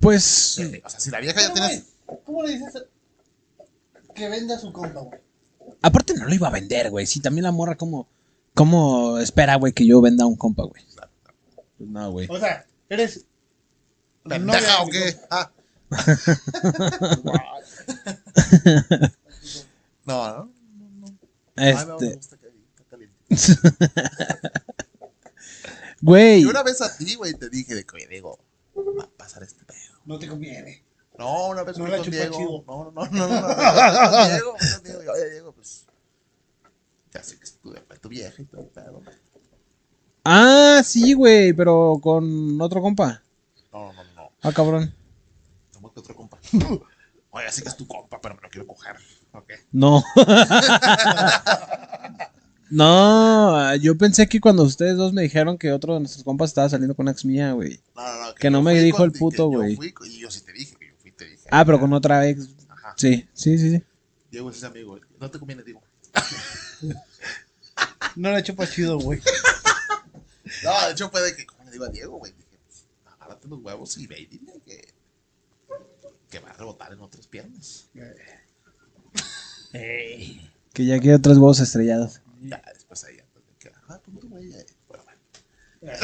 [SPEAKER 1] pues.
[SPEAKER 4] Sí, O sea, si la vieja ya
[SPEAKER 3] Pero,
[SPEAKER 4] tienes.
[SPEAKER 3] güey, ¿Cómo le dices a- que venda a su compa, güey?
[SPEAKER 1] pues, Aparte no lo iba a vender, güey. Sí, también la morra como. ¿Cómo espera, güey, que yo venda a un compa, güey? Pues no, güey.
[SPEAKER 3] O sea, eres. la novia
[SPEAKER 4] ¿Pendeja
[SPEAKER 3] de
[SPEAKER 4] o
[SPEAKER 3] mi
[SPEAKER 4] qué? Ah. (laughs) No, no. Ay, no, me
[SPEAKER 1] Este. (laughs)
[SPEAKER 4] gusta que está caliente.
[SPEAKER 1] Güey.
[SPEAKER 4] Y una vez a ti, güey, te dije de que, oye, Diego, va a pasar este pedo.
[SPEAKER 3] No te conviene.
[SPEAKER 4] No, una vez
[SPEAKER 3] No
[SPEAKER 4] fui
[SPEAKER 3] la
[SPEAKER 4] con
[SPEAKER 3] chupa
[SPEAKER 4] Diego.
[SPEAKER 3] chido.
[SPEAKER 4] No, no, no, no, no, no. fui con Diego, fui con Diego. Y, Oye, Diego, pues. Ya sé que es tu, tu vieja y todo el pedo.
[SPEAKER 1] Ah, sí, güey, pero con otro compa.
[SPEAKER 4] No, no, no, no.
[SPEAKER 1] Ah, cabrón.
[SPEAKER 4] Tomo que otro compa. (laughs) Oye, sé que es tu compa, pero me lo quiero coger. Ok.
[SPEAKER 1] No. (laughs) no, yo pensé que cuando ustedes dos me dijeron que otro de nuestros compas estaba saliendo con una ex mía, güey.
[SPEAKER 4] No, no, no.
[SPEAKER 1] Que no
[SPEAKER 4] yo
[SPEAKER 1] me
[SPEAKER 4] fui
[SPEAKER 1] dijo
[SPEAKER 4] con-
[SPEAKER 1] el puto,
[SPEAKER 4] que yo
[SPEAKER 1] güey.
[SPEAKER 4] fui con- Y yo sí te dije que yo fui, te dije.
[SPEAKER 1] Ah, pero con otra ex.
[SPEAKER 4] Ajá.
[SPEAKER 1] Sí, sí, sí. sí.
[SPEAKER 4] Diego es ese amigo. No te conviene, Diego.
[SPEAKER 3] No la chupa chido, güey.
[SPEAKER 4] No, de hecho fue de que, como le digo a Diego, güey, dije, pues, agárrate los huevos y ve y dile que, que va a rebotar en otras piernas.
[SPEAKER 1] Que ya quiero tres huevos estrellados.
[SPEAKER 4] Ya, después ahí, antes de que, ah, pues no, güey, eh, bueno, bueno.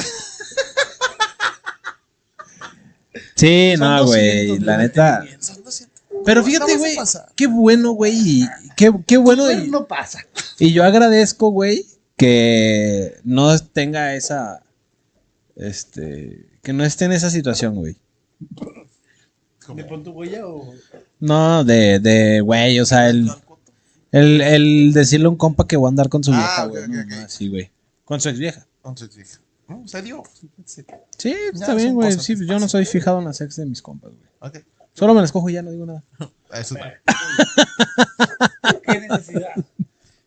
[SPEAKER 1] Sí,
[SPEAKER 3] Son
[SPEAKER 1] no,
[SPEAKER 3] 200
[SPEAKER 1] güey. La
[SPEAKER 3] de
[SPEAKER 1] neta.
[SPEAKER 3] mantenimiento.
[SPEAKER 4] Son 200.
[SPEAKER 1] Pero
[SPEAKER 4] No
[SPEAKER 1] fíjate,
[SPEAKER 4] vas a
[SPEAKER 1] güey.
[SPEAKER 4] pasar.
[SPEAKER 1] Qué bueno, güey. y Qué, qué bueno.
[SPEAKER 3] Pero
[SPEAKER 1] y-
[SPEAKER 3] no pasa.
[SPEAKER 1] Y yo agradezco, güey, que no tenga esa. Este. Que no esté en esa situación, güey.
[SPEAKER 3] ¿De
[SPEAKER 4] Como,
[SPEAKER 3] pronto huella o.?
[SPEAKER 1] No, de, de, güey, o sea, el, el, el decirle a un compa que voy a andar con su vieja,
[SPEAKER 4] Ah, ok,
[SPEAKER 1] güey.
[SPEAKER 4] ok,
[SPEAKER 1] no,
[SPEAKER 4] ok.
[SPEAKER 1] no, sí, güey. Con su ex vieja.
[SPEAKER 4] entonces dije, no, se dio. Sí,
[SPEAKER 1] Sí, está
[SPEAKER 4] son
[SPEAKER 1] bien, güey.
[SPEAKER 4] cosas
[SPEAKER 1] Sí,
[SPEAKER 4] que
[SPEAKER 1] pues yo no
[SPEAKER 4] pasan.
[SPEAKER 1] soy fijado en las ex de mis compas, güey.
[SPEAKER 4] ok,
[SPEAKER 1] Solo me las cojo y ya no digo nada.
[SPEAKER 4] eso es bueno.
[SPEAKER 3] ¿Qué necesidad?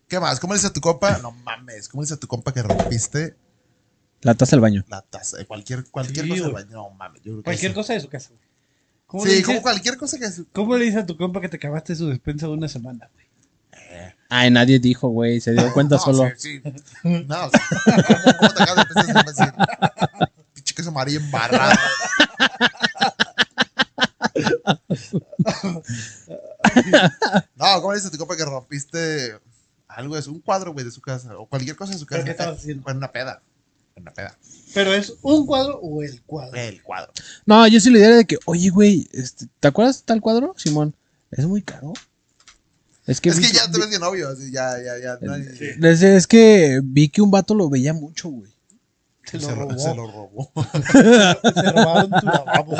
[SPEAKER 4] ¿Qué más? ¿Cómo le dices a tu compa? No mames, ¿cómo le dices a tu compa que rompiste
[SPEAKER 1] La taza del baño.
[SPEAKER 4] la taza? Eh, Cualquier, cualquier
[SPEAKER 3] Sí,
[SPEAKER 4] cosa.
[SPEAKER 3] güey.
[SPEAKER 4] güey, No mames, yo creo que
[SPEAKER 3] Cualquier
[SPEAKER 4] sí.
[SPEAKER 3] cosa de su casa, güey. ¿Cómo, le
[SPEAKER 4] Sí,
[SPEAKER 3] dices,
[SPEAKER 4] como cualquier cosa que es.
[SPEAKER 3] ¿Cómo le dices a tu compa que te acabaste su despensa de una semana, güey?
[SPEAKER 1] Ay, nadie dijo, güey. Se dio cuenta (laughs)
[SPEAKER 4] no,
[SPEAKER 1] solo.
[SPEAKER 4] Sí, sí. (laughs) No, o sea, ¿cómo, cómo te acabas de pensar siempre así? Pinche queso
[SPEAKER 3] (laughs)
[SPEAKER 4] amarillo embarrado. no, ¿cómo le dices a tu compa que rompiste algo? Es un cuadro, güey, de su casa. O cualquier cosa de su casa.
[SPEAKER 3] ¿Pero qué estabas haciendo?
[SPEAKER 4] Fue una peda. Fue Una peda.
[SPEAKER 3] ¿Pero es un cuadro o el cuadro?
[SPEAKER 4] El cuadro.
[SPEAKER 1] No, yo sí le diría de que, oye, güey, este, ¿te acuerdas de tal cuadro, Simón? Es muy caro. Es que,
[SPEAKER 4] es
[SPEAKER 1] vi
[SPEAKER 4] que
[SPEAKER 1] que-
[SPEAKER 4] ya te ves de novio. Así, ya, ya, ya. no hay-
[SPEAKER 3] Sí.
[SPEAKER 1] Es, es que vi que un vato lo veía mucho, güey.
[SPEAKER 3] Se lo
[SPEAKER 4] se,
[SPEAKER 3] robó.
[SPEAKER 4] ro- se lo robó. (laughs)
[SPEAKER 3] Se robaron tu lavabo.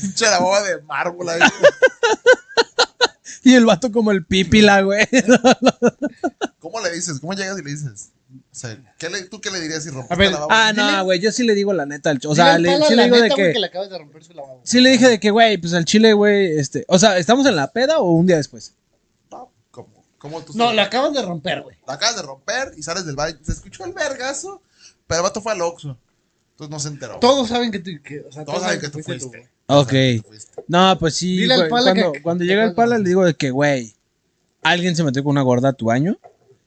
[SPEAKER 4] Pinche la boba de mármol ahí.
[SPEAKER 1] Y el vato como el pípila, güey.
[SPEAKER 4] ¿Cómo le dices? ¿Cómo llegas y le dices? O sea, ¿qué le- ¿tú qué le dirías si rompes
[SPEAKER 3] A ver,
[SPEAKER 4] la lavabo?
[SPEAKER 1] Ah,
[SPEAKER 3] Dile-
[SPEAKER 1] no, güey, yo sí le digo la neta al ch- O sea, le, sí le digo de que.
[SPEAKER 3] le acabas de romper su lavabo.
[SPEAKER 1] Sí le dije de que, güey, pues al chile, güey, este. O sea, ¿estamos en la peda o un día después?
[SPEAKER 4] No, ¿cómo? ¿Cómo tú
[SPEAKER 3] Pues No, la acabas de romper, güey.
[SPEAKER 4] La acabas de romper y sales del baño. Se escuchó el vergazo, pero el vato fue al Oxxo. Entonces no se enteró.
[SPEAKER 3] Todos saben que tú, que, o sea,
[SPEAKER 4] Todos saben que tú
[SPEAKER 3] fuiste
[SPEAKER 4] fuiste.
[SPEAKER 3] güey.
[SPEAKER 4] Todos
[SPEAKER 1] Ok.
[SPEAKER 4] saben que tú fuiste.
[SPEAKER 1] No, pues sí,
[SPEAKER 3] Dile al
[SPEAKER 1] güey,
[SPEAKER 3] pala
[SPEAKER 1] Cuando,
[SPEAKER 3] que-
[SPEAKER 1] cuando
[SPEAKER 3] que
[SPEAKER 1] llega el
[SPEAKER 3] cuando-
[SPEAKER 1] pala le digo de que, güey, alguien se metió con una gorda a tu baño.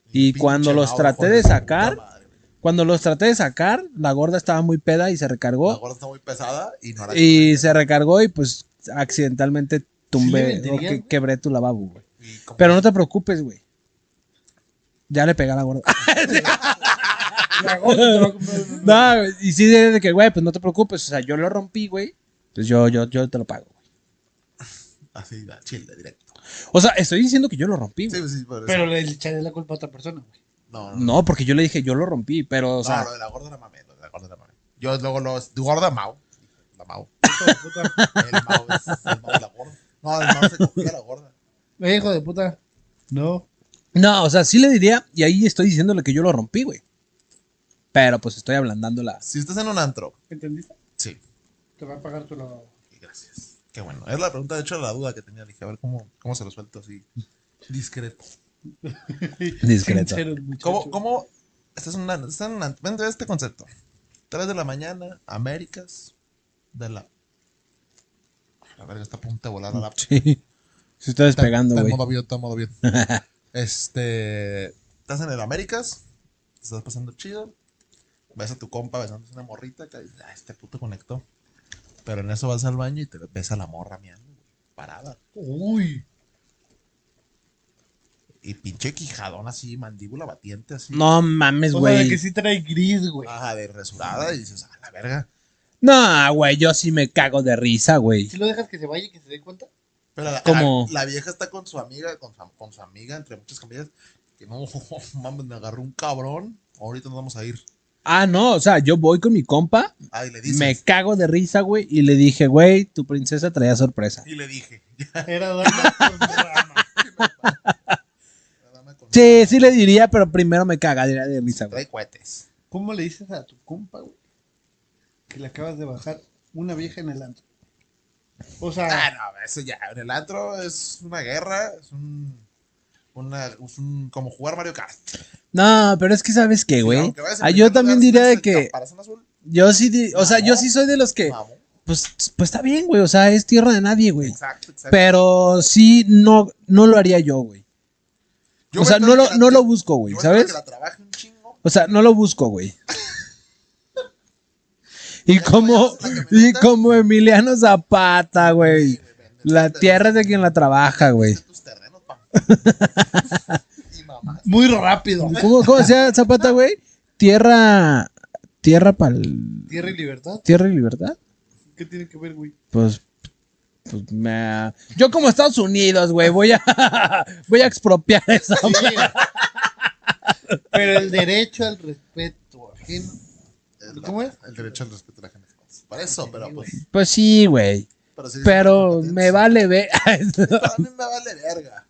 [SPEAKER 1] Y
[SPEAKER 4] Pinche
[SPEAKER 1] cuando los
[SPEAKER 4] Mau,
[SPEAKER 1] traté
[SPEAKER 4] hijo
[SPEAKER 1] de
[SPEAKER 4] su
[SPEAKER 1] sacar,
[SPEAKER 4] puta madre, güey.
[SPEAKER 1] cuando los traté de sacar, la gorda estaba muy peda y se
[SPEAKER 4] La
[SPEAKER 1] recargó.
[SPEAKER 4] gorda está muy pesada y no la
[SPEAKER 1] Y se recargó y pues accidentalmente tumbé
[SPEAKER 3] mentirías,
[SPEAKER 1] o que-
[SPEAKER 3] güey?
[SPEAKER 1] quebré tu lavabo, güey.
[SPEAKER 4] Y como-
[SPEAKER 1] Pero no te preocupes, güey. Ya le pegué a la gorda.
[SPEAKER 4] (laughs)
[SPEAKER 3] La (laughs)
[SPEAKER 1] (laughs)
[SPEAKER 4] Pues
[SPEAKER 3] gorda te va a comprar un-
[SPEAKER 1] no, güey, y sí de que, güey, pues no te preocupes. O sea, yo lo rompí, güey. Pues yo, yo, yo te lo pago, güey.
[SPEAKER 4] Así, la chile, directo.
[SPEAKER 1] O sea, estoy diciendo que yo lo rompí, güey.
[SPEAKER 4] Sí, sí, por eso.
[SPEAKER 3] Pero le echaré la culpa a otra persona, güey.
[SPEAKER 4] No, no, no.
[SPEAKER 1] No, porque yo le dije, yo lo rompí, pero, o sea,
[SPEAKER 4] No, lo de la gorda la mamé, lo de la gorda la mamé. Yo luego lo... de Gorda Mau. La Mau.
[SPEAKER 3] (laughs) Hijo de puta.
[SPEAKER 4] El Mau es el Mau de la gorda. No, el Mau se cogió a la gorda.
[SPEAKER 3] Eh, hijo de puta. No.
[SPEAKER 1] no, o sea, sí le diría, y ahí estoy diciéndole que yo lo rompí, güey. Pero pues estoy ablandando la.
[SPEAKER 4] Si estás en un antro...
[SPEAKER 3] ¿Entendiste?
[SPEAKER 4] Sí.
[SPEAKER 3] Te va a pagar tu lavabo.
[SPEAKER 4] Y Gracias. Qué bueno. Es la pregunta, de hecho, la duda que tenía. Dije, a ver cómo, cómo se lo suelto así. Discreto.
[SPEAKER 1] Discreto.
[SPEAKER 3] Sincero, muchacho.
[SPEAKER 4] ¿Cómo, cómo? Estás en una, estás en una- vente a este concepto. 3 de la mañana, Américas, de la... A ver, esta punta volada la...
[SPEAKER 1] Sí. (laughs) Se está
[SPEAKER 4] Está-
[SPEAKER 1] despegando,
[SPEAKER 4] está en
[SPEAKER 1] güey.
[SPEAKER 4] modo avión, está en
[SPEAKER 1] (laughs)
[SPEAKER 4] modo avión. este... Estás en el Américas, te estás pasando chido, ves a tu compa besándose una morrita, que dices, "Ah, este puto conectó. Pero en eso vas al baño y te ves a la morra, mía, parada.
[SPEAKER 3] Uy.
[SPEAKER 4] Y pinche quijadón así, mandíbula batiente así.
[SPEAKER 1] No mames,
[SPEAKER 3] O sea, de que
[SPEAKER 1] güey.
[SPEAKER 3] sí trae gris, güey.
[SPEAKER 4] Ajá, de resurada y dices, a la verga.
[SPEAKER 1] No, güey, yo sí me cago de risa, güey.
[SPEAKER 3] Si lo dejas que se vaya y que se dé cuenta.
[SPEAKER 4] Pero la,
[SPEAKER 1] ¿Cómo?
[SPEAKER 4] la- la vieja está con su amiga, con su, con su amiga, entre muchas comillas. Que no, (laughs) mames, me agarró un cabrón. Ahorita nos vamos a ir.
[SPEAKER 1] Ah, no, o sea, yo voy con mi compa,
[SPEAKER 4] Ah, y le dices.
[SPEAKER 1] me cago de risa, güey, y le dije, güey, tu princesa traía sorpresa.
[SPEAKER 4] Y le dije. (laughs)
[SPEAKER 3] Era Dana con rama.
[SPEAKER 1] Sí, sí le diría, pero primero me cagaría de risa, güey.
[SPEAKER 4] Trae cohetes.
[SPEAKER 3] ¿Cómo le dices a tu compa, güey? Que le acabas de bajar una vieja en el antro. O
[SPEAKER 4] Ah,
[SPEAKER 3] sea,
[SPEAKER 4] no, eso ya. En el antro es una guerra, es un. Una, es un como jugar Mario Kart.
[SPEAKER 1] No, pero es que sabes qué, güey.
[SPEAKER 4] Aunque vayas en
[SPEAKER 1] Ah, yo
[SPEAKER 4] primer
[SPEAKER 1] también
[SPEAKER 4] lugar,
[SPEAKER 1] diría
[SPEAKER 4] si
[SPEAKER 1] de
[SPEAKER 4] ves el
[SPEAKER 1] que
[SPEAKER 4] caparazón azul,
[SPEAKER 1] yo sí, di- o sea, yo
[SPEAKER 4] Mamón.
[SPEAKER 1] sí soy de los que,
[SPEAKER 4] mamón.
[SPEAKER 1] pues, pues está bien, güey, o sea, es tierra de nadie, güey.
[SPEAKER 4] Exacto, exacto.
[SPEAKER 1] Pero sí, no, no lo haría yo, güey.
[SPEAKER 4] Yo
[SPEAKER 1] o sea,
[SPEAKER 4] voy
[SPEAKER 1] no
[SPEAKER 4] a esperar
[SPEAKER 1] lo,
[SPEAKER 4] que la-
[SPEAKER 1] no lo busco,
[SPEAKER 4] yo
[SPEAKER 1] güey,
[SPEAKER 4] voy a esperar
[SPEAKER 1] ¿sabes?
[SPEAKER 4] Que la trabaje un chingo
[SPEAKER 1] O sea, no lo busco,
[SPEAKER 4] (laughs)
[SPEAKER 1] güey. Y
[SPEAKER 4] Ya
[SPEAKER 1] como,
[SPEAKER 4] te vayas en la
[SPEAKER 1] y
[SPEAKER 4] camioneta.
[SPEAKER 1] como Emiliano Zapata, güey.
[SPEAKER 4] Sí, güey, vende
[SPEAKER 1] La
[SPEAKER 4] tus
[SPEAKER 1] tierra es de
[SPEAKER 4] terrenos.
[SPEAKER 1] quien la trabaja, güey.
[SPEAKER 4] Vende tus terrenos, pa. y mamás.
[SPEAKER 3] muy rápido.
[SPEAKER 1] ¿Cómo, cómo decía Zapata, güey? Tierra. Tierra pal.
[SPEAKER 3] Tierra y libertad.
[SPEAKER 1] Tierra y libertad.
[SPEAKER 3] ¿Qué tiene que ver, güey?
[SPEAKER 1] Pues. pues, me- Yo como Estados Unidos, güey, voy a (laughs) voy a expropiar esa.
[SPEAKER 3] Sí. Pero el derecho al respeto ajeno.
[SPEAKER 4] El-
[SPEAKER 3] ¿Cómo es?
[SPEAKER 4] El derecho al respeto a la gente. Para eso, pero pues.
[SPEAKER 1] Pues sí, güey.
[SPEAKER 4] Pero, sí,
[SPEAKER 1] Pero
[SPEAKER 4] sí,
[SPEAKER 1] me vale (laughs) ver.
[SPEAKER 4] Para mí me vale verga.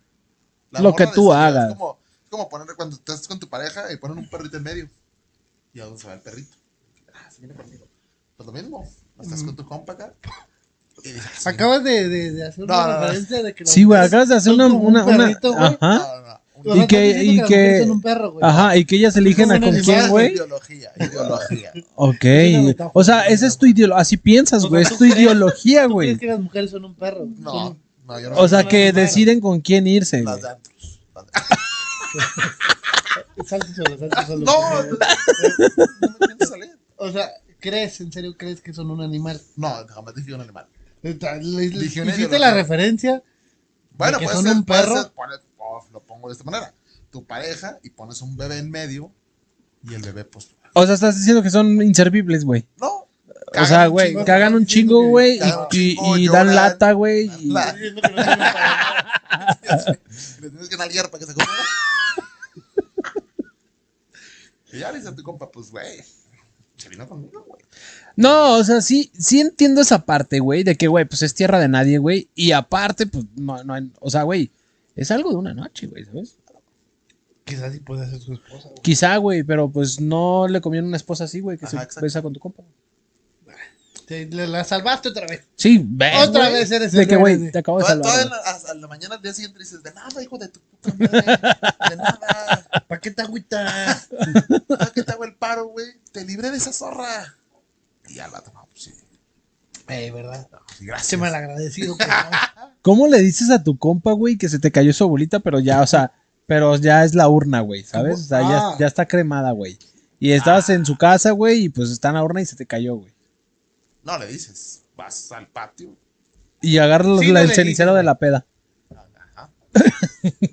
[SPEAKER 1] Lo que
[SPEAKER 4] morra
[SPEAKER 1] tú
[SPEAKER 4] decía,
[SPEAKER 1] hagas.
[SPEAKER 4] Es como, es como poner cuando estás con tu pareja y ponen un perrito en medio. ¿Y a dónde se va el perrito? Ah, se viene conmigo. Pues lo mismo. Estás con tu compa acá. Y dices, ah, se viene-
[SPEAKER 3] Acabas de, de, de hacer
[SPEAKER 4] No,
[SPEAKER 3] una
[SPEAKER 4] no, no.
[SPEAKER 3] referencia de que las
[SPEAKER 1] Sí, güey,
[SPEAKER 3] mujeres
[SPEAKER 1] acabas de hacer
[SPEAKER 3] son
[SPEAKER 1] una.
[SPEAKER 3] como un
[SPEAKER 1] una, una-
[SPEAKER 3] perrito, güey.
[SPEAKER 1] ajá.
[SPEAKER 4] No, no, no.
[SPEAKER 3] O sea,
[SPEAKER 1] Y
[SPEAKER 3] estás
[SPEAKER 1] que-
[SPEAKER 3] diciendo
[SPEAKER 1] y
[SPEAKER 3] las
[SPEAKER 1] que-
[SPEAKER 3] mujeres son un perro, güey.
[SPEAKER 1] Ajá, y que ellas eligen a
[SPEAKER 3] Son
[SPEAKER 1] con
[SPEAKER 3] animales
[SPEAKER 1] quién,
[SPEAKER 4] Es
[SPEAKER 1] güey.
[SPEAKER 4] Ideología, ideología.
[SPEAKER 1] Ok.
[SPEAKER 3] una metáfora.
[SPEAKER 1] O sea, esa es tu ideología. Así piensas, güey. Es tu ideología,
[SPEAKER 3] ¿Tú crees
[SPEAKER 1] güey.
[SPEAKER 3] que las mujeres son un perro? güey?
[SPEAKER 4] No,
[SPEAKER 3] Son-
[SPEAKER 4] no, yo no
[SPEAKER 1] O sea,
[SPEAKER 3] no,
[SPEAKER 1] que
[SPEAKER 3] no, no.
[SPEAKER 1] deciden con quién irse, güey.
[SPEAKER 4] las de antros. Las de-
[SPEAKER 3] Salte solo, salte solo.
[SPEAKER 4] No, no, no me pienso salir.
[SPEAKER 3] O sea, ¿crees, en serio, crees que son un animal?
[SPEAKER 4] No, jamás dije un animal.
[SPEAKER 3] Está- le- le-
[SPEAKER 4] Dije una
[SPEAKER 3] Hiciste
[SPEAKER 4] ideología.
[SPEAKER 3] la referencia.
[SPEAKER 4] Bueno,
[SPEAKER 3] que
[SPEAKER 4] pues
[SPEAKER 3] son un perro?
[SPEAKER 4] lo pongo de esta manera. Tu pareja y pones un bebé en medio y el bebé, pues.
[SPEAKER 1] O sea, estás diciendo que son inservibles, güey.
[SPEAKER 4] No.
[SPEAKER 1] O sea, güey,
[SPEAKER 4] (laughs)
[SPEAKER 3] chingo,
[SPEAKER 1] cagan un chingo,
[SPEAKER 3] que-
[SPEAKER 1] güey,
[SPEAKER 4] cagan un
[SPEAKER 1] y,
[SPEAKER 4] chingo,
[SPEAKER 1] y- y dan
[SPEAKER 4] lloran.
[SPEAKER 1] lata, güey. y-
[SPEAKER 4] La-
[SPEAKER 3] Estoy diciendo que no son un perro.
[SPEAKER 4] Le tienes que nalguear para que se (laughs) coma. y ya le dice a tu compa, pues, güey. Se vino conmigo, güey.
[SPEAKER 1] No, o sea, sí, sí entiendo esa parte, güey, de que, güey, pues es tierra de nadie, güey. Y aparte, pues, no, no hay- o sea, güey, Es algo de una noche, güey, ¿sabes?
[SPEAKER 3] Quizás sí puede ser su esposa. güey.
[SPEAKER 1] Quizá, güey, pero pues no le conviene una esposa así, güey, que
[SPEAKER 4] Ajá,
[SPEAKER 1] se
[SPEAKER 4] exacto.
[SPEAKER 1] besa con tu compa.
[SPEAKER 3] Te- le- La salvaste otra vez.
[SPEAKER 1] Sí, ves,
[SPEAKER 3] Otra
[SPEAKER 1] güey,
[SPEAKER 3] vez eres
[SPEAKER 1] De
[SPEAKER 3] el
[SPEAKER 1] que, güey,
[SPEAKER 3] verde.
[SPEAKER 1] te acabo de
[SPEAKER 4] Toda-
[SPEAKER 1] salvar.
[SPEAKER 4] toda
[SPEAKER 1] güey.
[SPEAKER 4] la- a la mañana del día siguiente dices, de nada, hijo de tu puta madre, de nada.
[SPEAKER 3] ¿Para qué te
[SPEAKER 4] (laughs)
[SPEAKER 3] agüitas?
[SPEAKER 4] Ah, que te hago el paro, güey. Te libré de esa zorra. Y ya la tomamos, pues sí.
[SPEAKER 3] Eh, ¿verdad?
[SPEAKER 4] Sí,
[SPEAKER 3] Se
[SPEAKER 4] Gracias.
[SPEAKER 3] malagradecido. pues, ¿no?
[SPEAKER 1] ¿Cómo le dices a tu compa, güey, que se te cayó su abuelita, pero ya, o sea, pero ya es la urna, güey, ¿sabes? O sea,
[SPEAKER 3] Ah.
[SPEAKER 1] ya, ya está cremada, güey. Y estabas en su casa, güey, y pues está en la urna y se te cayó, güey.
[SPEAKER 4] No le dices, vas al patio.
[SPEAKER 1] Y agarras
[SPEAKER 3] Sí,
[SPEAKER 1] la-
[SPEAKER 3] no
[SPEAKER 1] el
[SPEAKER 3] le
[SPEAKER 1] cenicero
[SPEAKER 3] dices,
[SPEAKER 1] de la peda.
[SPEAKER 4] Ajá.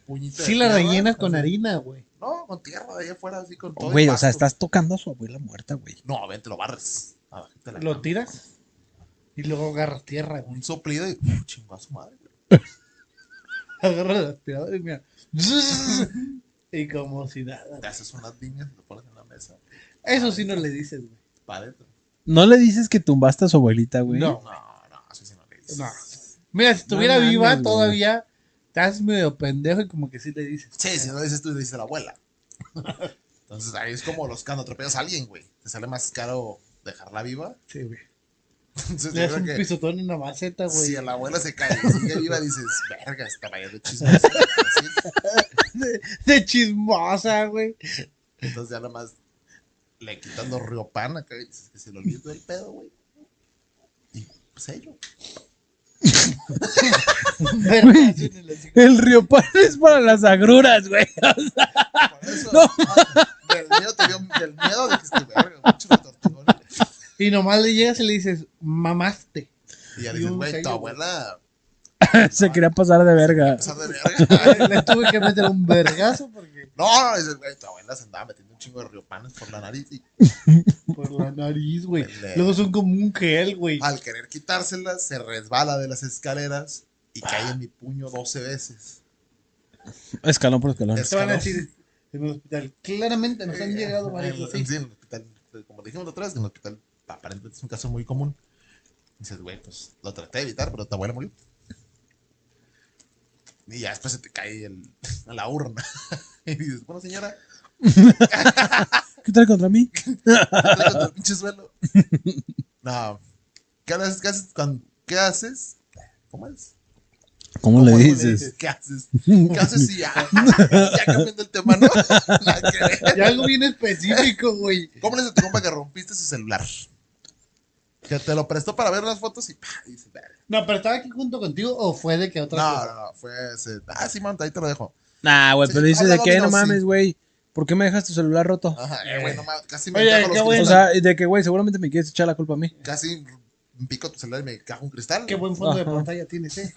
[SPEAKER 4] Puñito de
[SPEAKER 3] Sí la
[SPEAKER 4] tierra,
[SPEAKER 3] rellenas con harina, güey.
[SPEAKER 4] No, con tierra de allá afuera, así con todo. y
[SPEAKER 1] Güey, o sea,
[SPEAKER 4] pasto.
[SPEAKER 1] estás tocando a su abuela muerta, güey.
[SPEAKER 4] No, ven, te lo barres. A ver, te la
[SPEAKER 3] Lo
[SPEAKER 4] cama.
[SPEAKER 3] tiras y luego agarras tierra, güey. (laughs)
[SPEAKER 4] Un soplido y uh, chingo a su madre. güey.
[SPEAKER 3] Agarras el aspirador y mira. (laughs) Y como si nada.
[SPEAKER 4] Te haces unas líneas y lo pones en la mesa.
[SPEAKER 3] Eso sí no le dices, güey.
[SPEAKER 4] Para adentro.
[SPEAKER 1] No le dices que tumbaste a su abuelita, güey.
[SPEAKER 3] No.
[SPEAKER 4] No, no, eso sí no le dices.
[SPEAKER 3] No. Mira, si estuviera
[SPEAKER 1] No mames,
[SPEAKER 3] viva
[SPEAKER 1] güey.
[SPEAKER 3] todavía, estás medio pendejo y como que sí le dices.
[SPEAKER 4] Sí, si no le dices tú, le dices a la abuela. (laughs) Entonces ahí es como los cuando atropellas a alguien, güey. Te sale más caro dejarla viva. (laughs)
[SPEAKER 3] Sí, güey.
[SPEAKER 4] Entonces
[SPEAKER 3] Le
[SPEAKER 4] Pues yo
[SPEAKER 3] das
[SPEAKER 4] creo
[SPEAKER 3] un
[SPEAKER 4] que-
[SPEAKER 3] pisotón en una maceta, güey.
[SPEAKER 4] Si a la abuela se cae y sigue viva, dices, verga, está vayando chismosa. así.
[SPEAKER 3] de, de chismosa,
[SPEAKER 4] (laughs)
[SPEAKER 3] güey.
[SPEAKER 4] Entonces ya nada más le quitan los riopan acá y dices que se le olvidó el pedo, güey. Y pues ello.
[SPEAKER 3] Vergas en el hocico.
[SPEAKER 1] El río Pan es para las agruras, güey. (laughs)
[SPEAKER 4] Por
[SPEAKER 3] (laughs)
[SPEAKER 4] eso, ah, (laughs) del miedo te dio, del miedo dijiste, verga, mucho de tortugón.
[SPEAKER 3] Y nomás le llegas y le dices, mamaste.
[SPEAKER 4] Y ya
[SPEAKER 3] Y
[SPEAKER 4] dices,
[SPEAKER 3] un
[SPEAKER 4] güey, tu
[SPEAKER 3] sello,
[SPEAKER 4] abuela,
[SPEAKER 1] Se quería pasar de verga.
[SPEAKER 4] pasar de verga.
[SPEAKER 3] Le tuve que meter un vergazo porque
[SPEAKER 4] No, no, dices, güey, tu abuela se andaba metiendo un chingo de riopanes por la nariz y
[SPEAKER 3] por la nariz, güey.
[SPEAKER 4] Pendejo. Ah,
[SPEAKER 3] Luego son como un gel, güey.
[SPEAKER 4] al querer quitársela se resbala de las escaleras y cae en mi puño 12 veces.
[SPEAKER 1] Escalón por escalón.
[SPEAKER 4] Es-
[SPEAKER 3] Te van a decir en el hospital. Claramente nos han llegado varios
[SPEAKER 4] pues, Eh,
[SPEAKER 3] así.
[SPEAKER 4] sí, (laughs) en el hospital, pues, como dijimos la otra vez, en el hospital aparentemente es un caso muy común. Dices, güey, pues lo traté de evitar, pero tu abuela murió. Y ya después se te cae el, (laughs) a la urna. Y dices, bueno, señora,
[SPEAKER 1] ¿Qué trae contra mí?
[SPEAKER 4] traigo tu pinche suelo.
[SPEAKER 1] (laughs)
[SPEAKER 4] No. ¿Qué haces, qué haces cuando- ¿Qué haces? ¿Cómo es?
[SPEAKER 1] ¿Cómo le
[SPEAKER 4] ¿Cómo
[SPEAKER 1] dices?
[SPEAKER 4] ¿Qué haces?
[SPEAKER 1] (laughs)
[SPEAKER 4] ¿Qué haces si ya? (laughs) Ya cambiando el tema, ¿no? (laughs) Nada que ver.
[SPEAKER 3] Y algo bien específico, güey.
[SPEAKER 4] ¿Cómo le dices a tu compa que rompiste su celular? Que te lo prestó para ver las fotos y, pa, y dices, "Verga".
[SPEAKER 3] No, pero estaba aquí junto contigo o fue de que otra
[SPEAKER 4] no,
[SPEAKER 3] cosa?
[SPEAKER 4] no, no, fue ese. Ah, sí, man, ahí te lo dejo.
[SPEAKER 1] Nah, güey,
[SPEAKER 4] Sí,
[SPEAKER 1] pero
[SPEAKER 4] sí,
[SPEAKER 1] dices
[SPEAKER 4] habla
[SPEAKER 1] de que
[SPEAKER 4] dominos,
[SPEAKER 1] no mames,
[SPEAKER 4] sí.
[SPEAKER 1] güey. ¿Por qué me dejas tu celular roto?
[SPEAKER 4] Ajá, eh, güey, no mames, casi me
[SPEAKER 3] Oye,
[SPEAKER 4] encajo
[SPEAKER 3] qué
[SPEAKER 4] los
[SPEAKER 3] bueno.
[SPEAKER 1] O
[SPEAKER 4] cristales.
[SPEAKER 1] sea, de que, güey, seguramente me quieres echar la culpa a mí.
[SPEAKER 4] Casi pico tu celular y me encajo un cristal.
[SPEAKER 3] Qué buen fondo de
[SPEAKER 1] Ajá.
[SPEAKER 3] pantalla tienes, eh.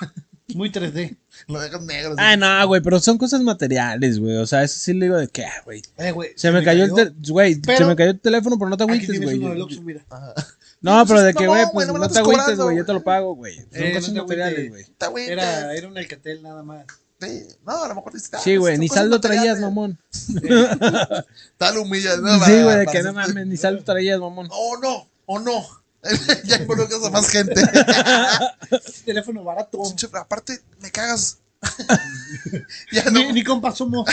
[SPEAKER 3] Muy 3D.
[SPEAKER 4] Lo dejas negro. así.
[SPEAKER 1] Ah, no, güey, pero son cosas materiales, güey. O sea, eso sí le digo de que, ah, güey.
[SPEAKER 3] Eh, güey.
[SPEAKER 1] Se me cayó el teléfono, güey, se
[SPEAKER 3] Pero-
[SPEAKER 1] me cayó el teléfono, pero no te
[SPEAKER 3] Aquí
[SPEAKER 1] agüites,
[SPEAKER 3] tienes
[SPEAKER 1] güey.
[SPEAKER 3] uno del Oxxo, mira.
[SPEAKER 4] Ajá.
[SPEAKER 1] No,
[SPEAKER 4] Pues,
[SPEAKER 1] pero de
[SPEAKER 4] no,
[SPEAKER 1] que, güey,
[SPEAKER 4] güey,
[SPEAKER 1] pues
[SPEAKER 4] no
[SPEAKER 1] no,
[SPEAKER 4] me lo
[SPEAKER 1] te
[SPEAKER 4] estás
[SPEAKER 1] agüites,
[SPEAKER 4] cobrando,
[SPEAKER 1] güey, yo
[SPEAKER 4] güey.
[SPEAKER 1] te lo pago, güey. Son
[SPEAKER 3] Eh, no
[SPEAKER 1] cosas
[SPEAKER 3] te agüites.
[SPEAKER 1] materiales, güey.
[SPEAKER 4] Está güey.
[SPEAKER 3] Era,
[SPEAKER 4] te-
[SPEAKER 3] era un alcatel nada más.
[SPEAKER 4] te- No, a lo mejor dices, ah,
[SPEAKER 1] Sí, güey,
[SPEAKER 4] son
[SPEAKER 1] ni
[SPEAKER 4] cosas
[SPEAKER 1] saldo traías,
[SPEAKER 4] materiales.
[SPEAKER 1] mamón. (laughs)
[SPEAKER 4] Tal humillas, ¿no?
[SPEAKER 1] Sí,
[SPEAKER 4] Para-
[SPEAKER 1] güey, de
[SPEAKER 4] para
[SPEAKER 1] que no
[SPEAKER 4] hacerte-
[SPEAKER 1] mames, ni saldo traías, mamón.
[SPEAKER 4] Oh, no, oh, no. (laughs) ya involucras a
[SPEAKER 1] (laughs)
[SPEAKER 4] más gente.
[SPEAKER 3] Ese teléfono barato.
[SPEAKER 4] Pinche- Aparte, me cagas. (laughs) ya (laughs) no.
[SPEAKER 3] Ni, ni compas somos.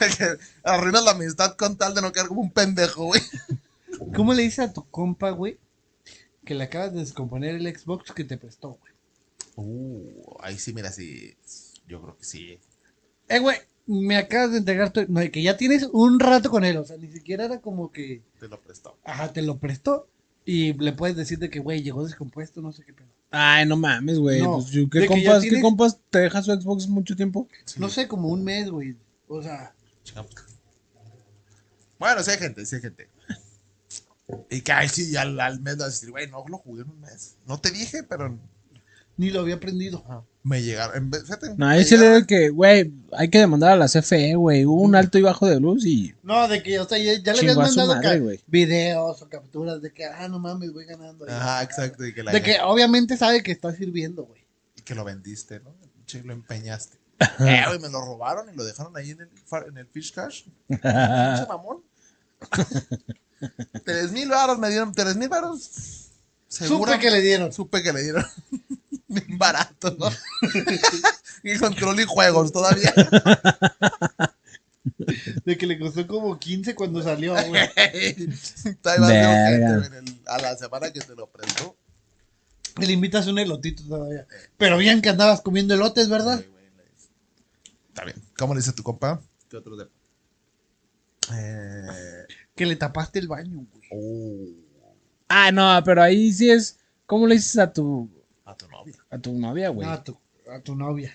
[SPEAKER 4] (laughs) Arruinas la amistad con tal de no quedar como un pendejo, güey.
[SPEAKER 3] ¿Cómo le dices a tu compa, güey? Que le acabas de descomponer el Xbox que te prestó, güey.
[SPEAKER 4] Uh, ahí sí, mira, sí. Yo creo que sí.
[SPEAKER 3] Eh, güey, me acabas de entregar tu. No, que ya tienes un rato con él. O sea, ni siquiera era como que.
[SPEAKER 4] Te lo prestó.
[SPEAKER 3] Ajá, te lo prestó. Y le puedes decir de que, güey, llegó descompuesto, no sé qué pedo.
[SPEAKER 1] Ay, no mames, güey.
[SPEAKER 3] No,
[SPEAKER 1] pues, yo-
[SPEAKER 3] de
[SPEAKER 1] ¿Qué
[SPEAKER 3] que ya
[SPEAKER 1] compas, qué
[SPEAKER 3] tienes-
[SPEAKER 1] compas te deja su Xbox mucho tiempo?
[SPEAKER 3] No sé, como un mes, güey. O sea,
[SPEAKER 4] Bueno, sí hay gente, sí hay gente. Y que ahí sí, al, al mes vas a decir, güey, no lo jugué en un mes. No te dije, pero
[SPEAKER 3] ni lo había aprendido.
[SPEAKER 4] me llegaron. En vez, fíjate,
[SPEAKER 1] No,
[SPEAKER 4] me
[SPEAKER 1] ahí sí le digo
[SPEAKER 4] llegaron-
[SPEAKER 1] que, güey, hay que demandar a la CFE, güey. Hubo un alto y bajo de luz y.
[SPEAKER 3] No, de que, o sea, ya, ya le
[SPEAKER 1] Chingó
[SPEAKER 3] habías
[SPEAKER 1] a su
[SPEAKER 3] mandado
[SPEAKER 1] madre,
[SPEAKER 3] ca-
[SPEAKER 1] güey.
[SPEAKER 3] videos o capturas de que, ah, no mames, voy ganando.
[SPEAKER 4] Ajá, exacto. Y que, la-
[SPEAKER 3] De que obviamente sabe que está sirviendo, güey.
[SPEAKER 4] y que lo vendiste, ¿no? Che, lo empeñaste. Eh, güey, me lo robaron y lo dejaron ahí en el, far- en el Fish Cash. Pinche mamón. Tres mil varos me dieron, tres mil varos.
[SPEAKER 3] Supe que le dieron.
[SPEAKER 4] Supe que le dieron. (laughs) Bien barato, ¿no? (laughs) y control y juegos todavía. (laughs)
[SPEAKER 3] De que le costó como 15 cuando salió,
[SPEAKER 4] (laughs)
[SPEAKER 3] güey.
[SPEAKER 4] Está más
[SPEAKER 1] Verga.
[SPEAKER 4] urgente, güey, el- a la semana que te lo prestó.
[SPEAKER 3] Y Le invitas un elotito todavía. Pero bien que andabas comiendo elotes, ¿verdad?
[SPEAKER 4] Sí, güey, le- Está bien. ¿Cómo le dice tu compa? ¿Qué otro de? Eh,
[SPEAKER 3] Que le tapaste el baño, güey.
[SPEAKER 4] oh,
[SPEAKER 1] Ah, no, pero ahí sí es. ¿Cómo le dices a tu,
[SPEAKER 4] a tu novia.
[SPEAKER 1] a tu novia, güey?
[SPEAKER 3] No, a tu, a tu novia.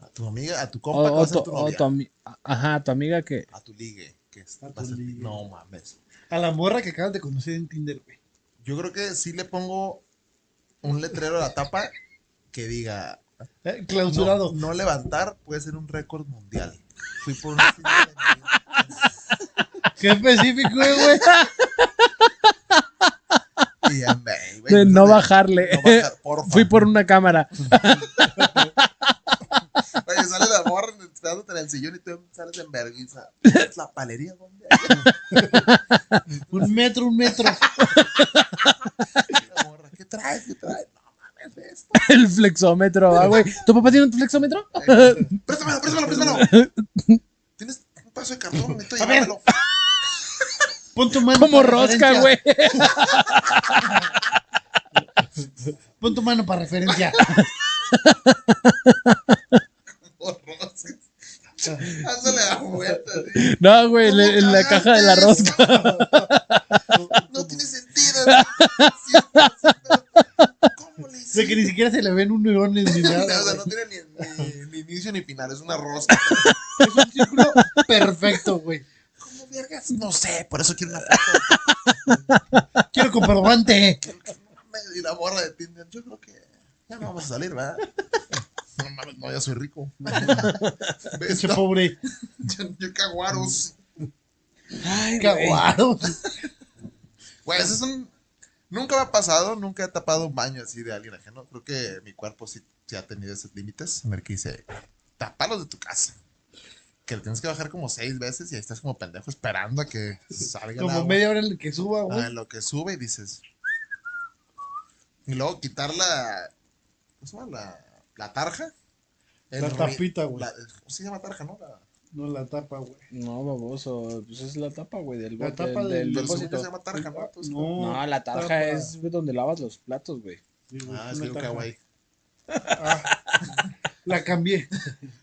[SPEAKER 4] A tu amiga, a tu
[SPEAKER 1] O,
[SPEAKER 4] compa, que va
[SPEAKER 1] o
[SPEAKER 4] a ser
[SPEAKER 1] tu,
[SPEAKER 4] tu
[SPEAKER 1] o
[SPEAKER 4] novia.
[SPEAKER 1] tu ami- Ajá, tu amiga que.
[SPEAKER 4] A tu ligue. Que es-
[SPEAKER 3] A
[SPEAKER 4] va
[SPEAKER 3] tu
[SPEAKER 4] a ser-
[SPEAKER 3] ligue.
[SPEAKER 4] No mames.
[SPEAKER 3] A la morra que acabas de conocer en Tinder, güey.
[SPEAKER 4] Yo creo que sí le pongo un letrero a la tapa que diga
[SPEAKER 3] Eh,
[SPEAKER 4] no,
[SPEAKER 3] clausurado.
[SPEAKER 4] no levantar puede ser un récord mundial. Fui por una final
[SPEAKER 3] Qué específico, eh, güey.
[SPEAKER 4] en- y andé, güey.
[SPEAKER 1] De no
[SPEAKER 4] Entonces,
[SPEAKER 1] bajarle.
[SPEAKER 4] no bajar,
[SPEAKER 3] (laughs)
[SPEAKER 4] porfa.
[SPEAKER 1] Fui por una cámara. (laughs)
[SPEAKER 4] Oye, sale la morra esperándote en el sillón y tú sales en vergüenza. ¿La palería (laughs) dónde?
[SPEAKER 3] Un metro, un metro.
[SPEAKER 4] La morra, ¿qué traes? ¿Qué traes? No mames, ve
[SPEAKER 3] (laughs)
[SPEAKER 4] esto.
[SPEAKER 1] El flexómetro, ah, güey. ¿Tu papá tiene un flexómetro?
[SPEAKER 4] Préstamelo, préstamelo, préstamelo.
[SPEAKER 3] (laughs)
[SPEAKER 4] Tienes un paso de cartón, necesito
[SPEAKER 3] A ver.
[SPEAKER 4] llevármelo.
[SPEAKER 3] Pon tu mano.
[SPEAKER 1] (laughs) Como
[SPEAKER 3] para
[SPEAKER 1] rosca,
[SPEAKER 3] referencia.
[SPEAKER 1] güey.
[SPEAKER 3] Pon tu mano para referencia.
[SPEAKER 4] Horroroso.
[SPEAKER 3] Ah.
[SPEAKER 4] Hazle la vuelta. así.
[SPEAKER 1] No, güey,
[SPEAKER 4] ¿Cómo
[SPEAKER 1] le- en la
[SPEAKER 4] cagaste
[SPEAKER 1] caja de la
[SPEAKER 4] eso?
[SPEAKER 1] rosca.
[SPEAKER 4] No tiene sentido. Sí, ¿Cómo le
[SPEAKER 3] De que ni
[SPEAKER 4] hiciste?
[SPEAKER 3] siquiera se le ven un neurón en mi
[SPEAKER 4] No,
[SPEAKER 3] nada,
[SPEAKER 4] o sea, no
[SPEAKER 3] güey.
[SPEAKER 4] tiene ni, ni- ni inicio ni final, es una rosca.
[SPEAKER 3] Es un círculo perfecto, güey.
[SPEAKER 4] ¿Cómo vergas? No sé, por eso quiero una foto.
[SPEAKER 3] Quiero comprobante.
[SPEAKER 4] No mames, Y la borra de Tinder, yo creo que ya no vamos a salir, ¿verdad? No mames, no, ya
[SPEAKER 3] (laughs)
[SPEAKER 4] soy rico. ¿Ves?
[SPEAKER 3] Pinche
[SPEAKER 4] No,
[SPEAKER 3] pobre.
[SPEAKER 4] yo, yo caguaros.
[SPEAKER 1] Ay, güey.
[SPEAKER 3] Caguado.
[SPEAKER 4] Güey, ese Pues, es un. Nunca me ha pasado, nunca he tapado un baño así de alguien ajeno. Creo que mi cuerpo sí, sí ha tenido esos límites. En el que dice, tapalos de tu casa. Que le tienes que bajar como seis veces y ahí estás como pendejo esperando a que salga el
[SPEAKER 3] Como
[SPEAKER 4] agua.
[SPEAKER 3] media hora en la que suba,
[SPEAKER 4] Ah,
[SPEAKER 3] güey.
[SPEAKER 4] en lo que sube y dices. Y luego quitar la. ¿Cómo se llama? La, la tarja.
[SPEAKER 3] La
[SPEAKER 4] ri-
[SPEAKER 3] tapita, güey.
[SPEAKER 4] la- Sí, se llama tarja, ¿no? La,
[SPEAKER 3] No la tapa, güey.
[SPEAKER 1] No, baboso. Pues es la tapa, güey, del
[SPEAKER 3] La
[SPEAKER 1] bote,
[SPEAKER 3] tapa del-
[SPEAKER 4] pero según yo
[SPEAKER 1] depósito.
[SPEAKER 4] se llama tarja, ¿no? Entonces,
[SPEAKER 1] No, la tarja
[SPEAKER 3] tapa.
[SPEAKER 1] es donde lavas los platos, güey.
[SPEAKER 3] Sí, güey,
[SPEAKER 4] Ah,
[SPEAKER 3] es
[SPEAKER 4] es
[SPEAKER 3] una
[SPEAKER 4] que nunca,
[SPEAKER 3] tarja. Ah.
[SPEAKER 4] güey.
[SPEAKER 3] La cambié.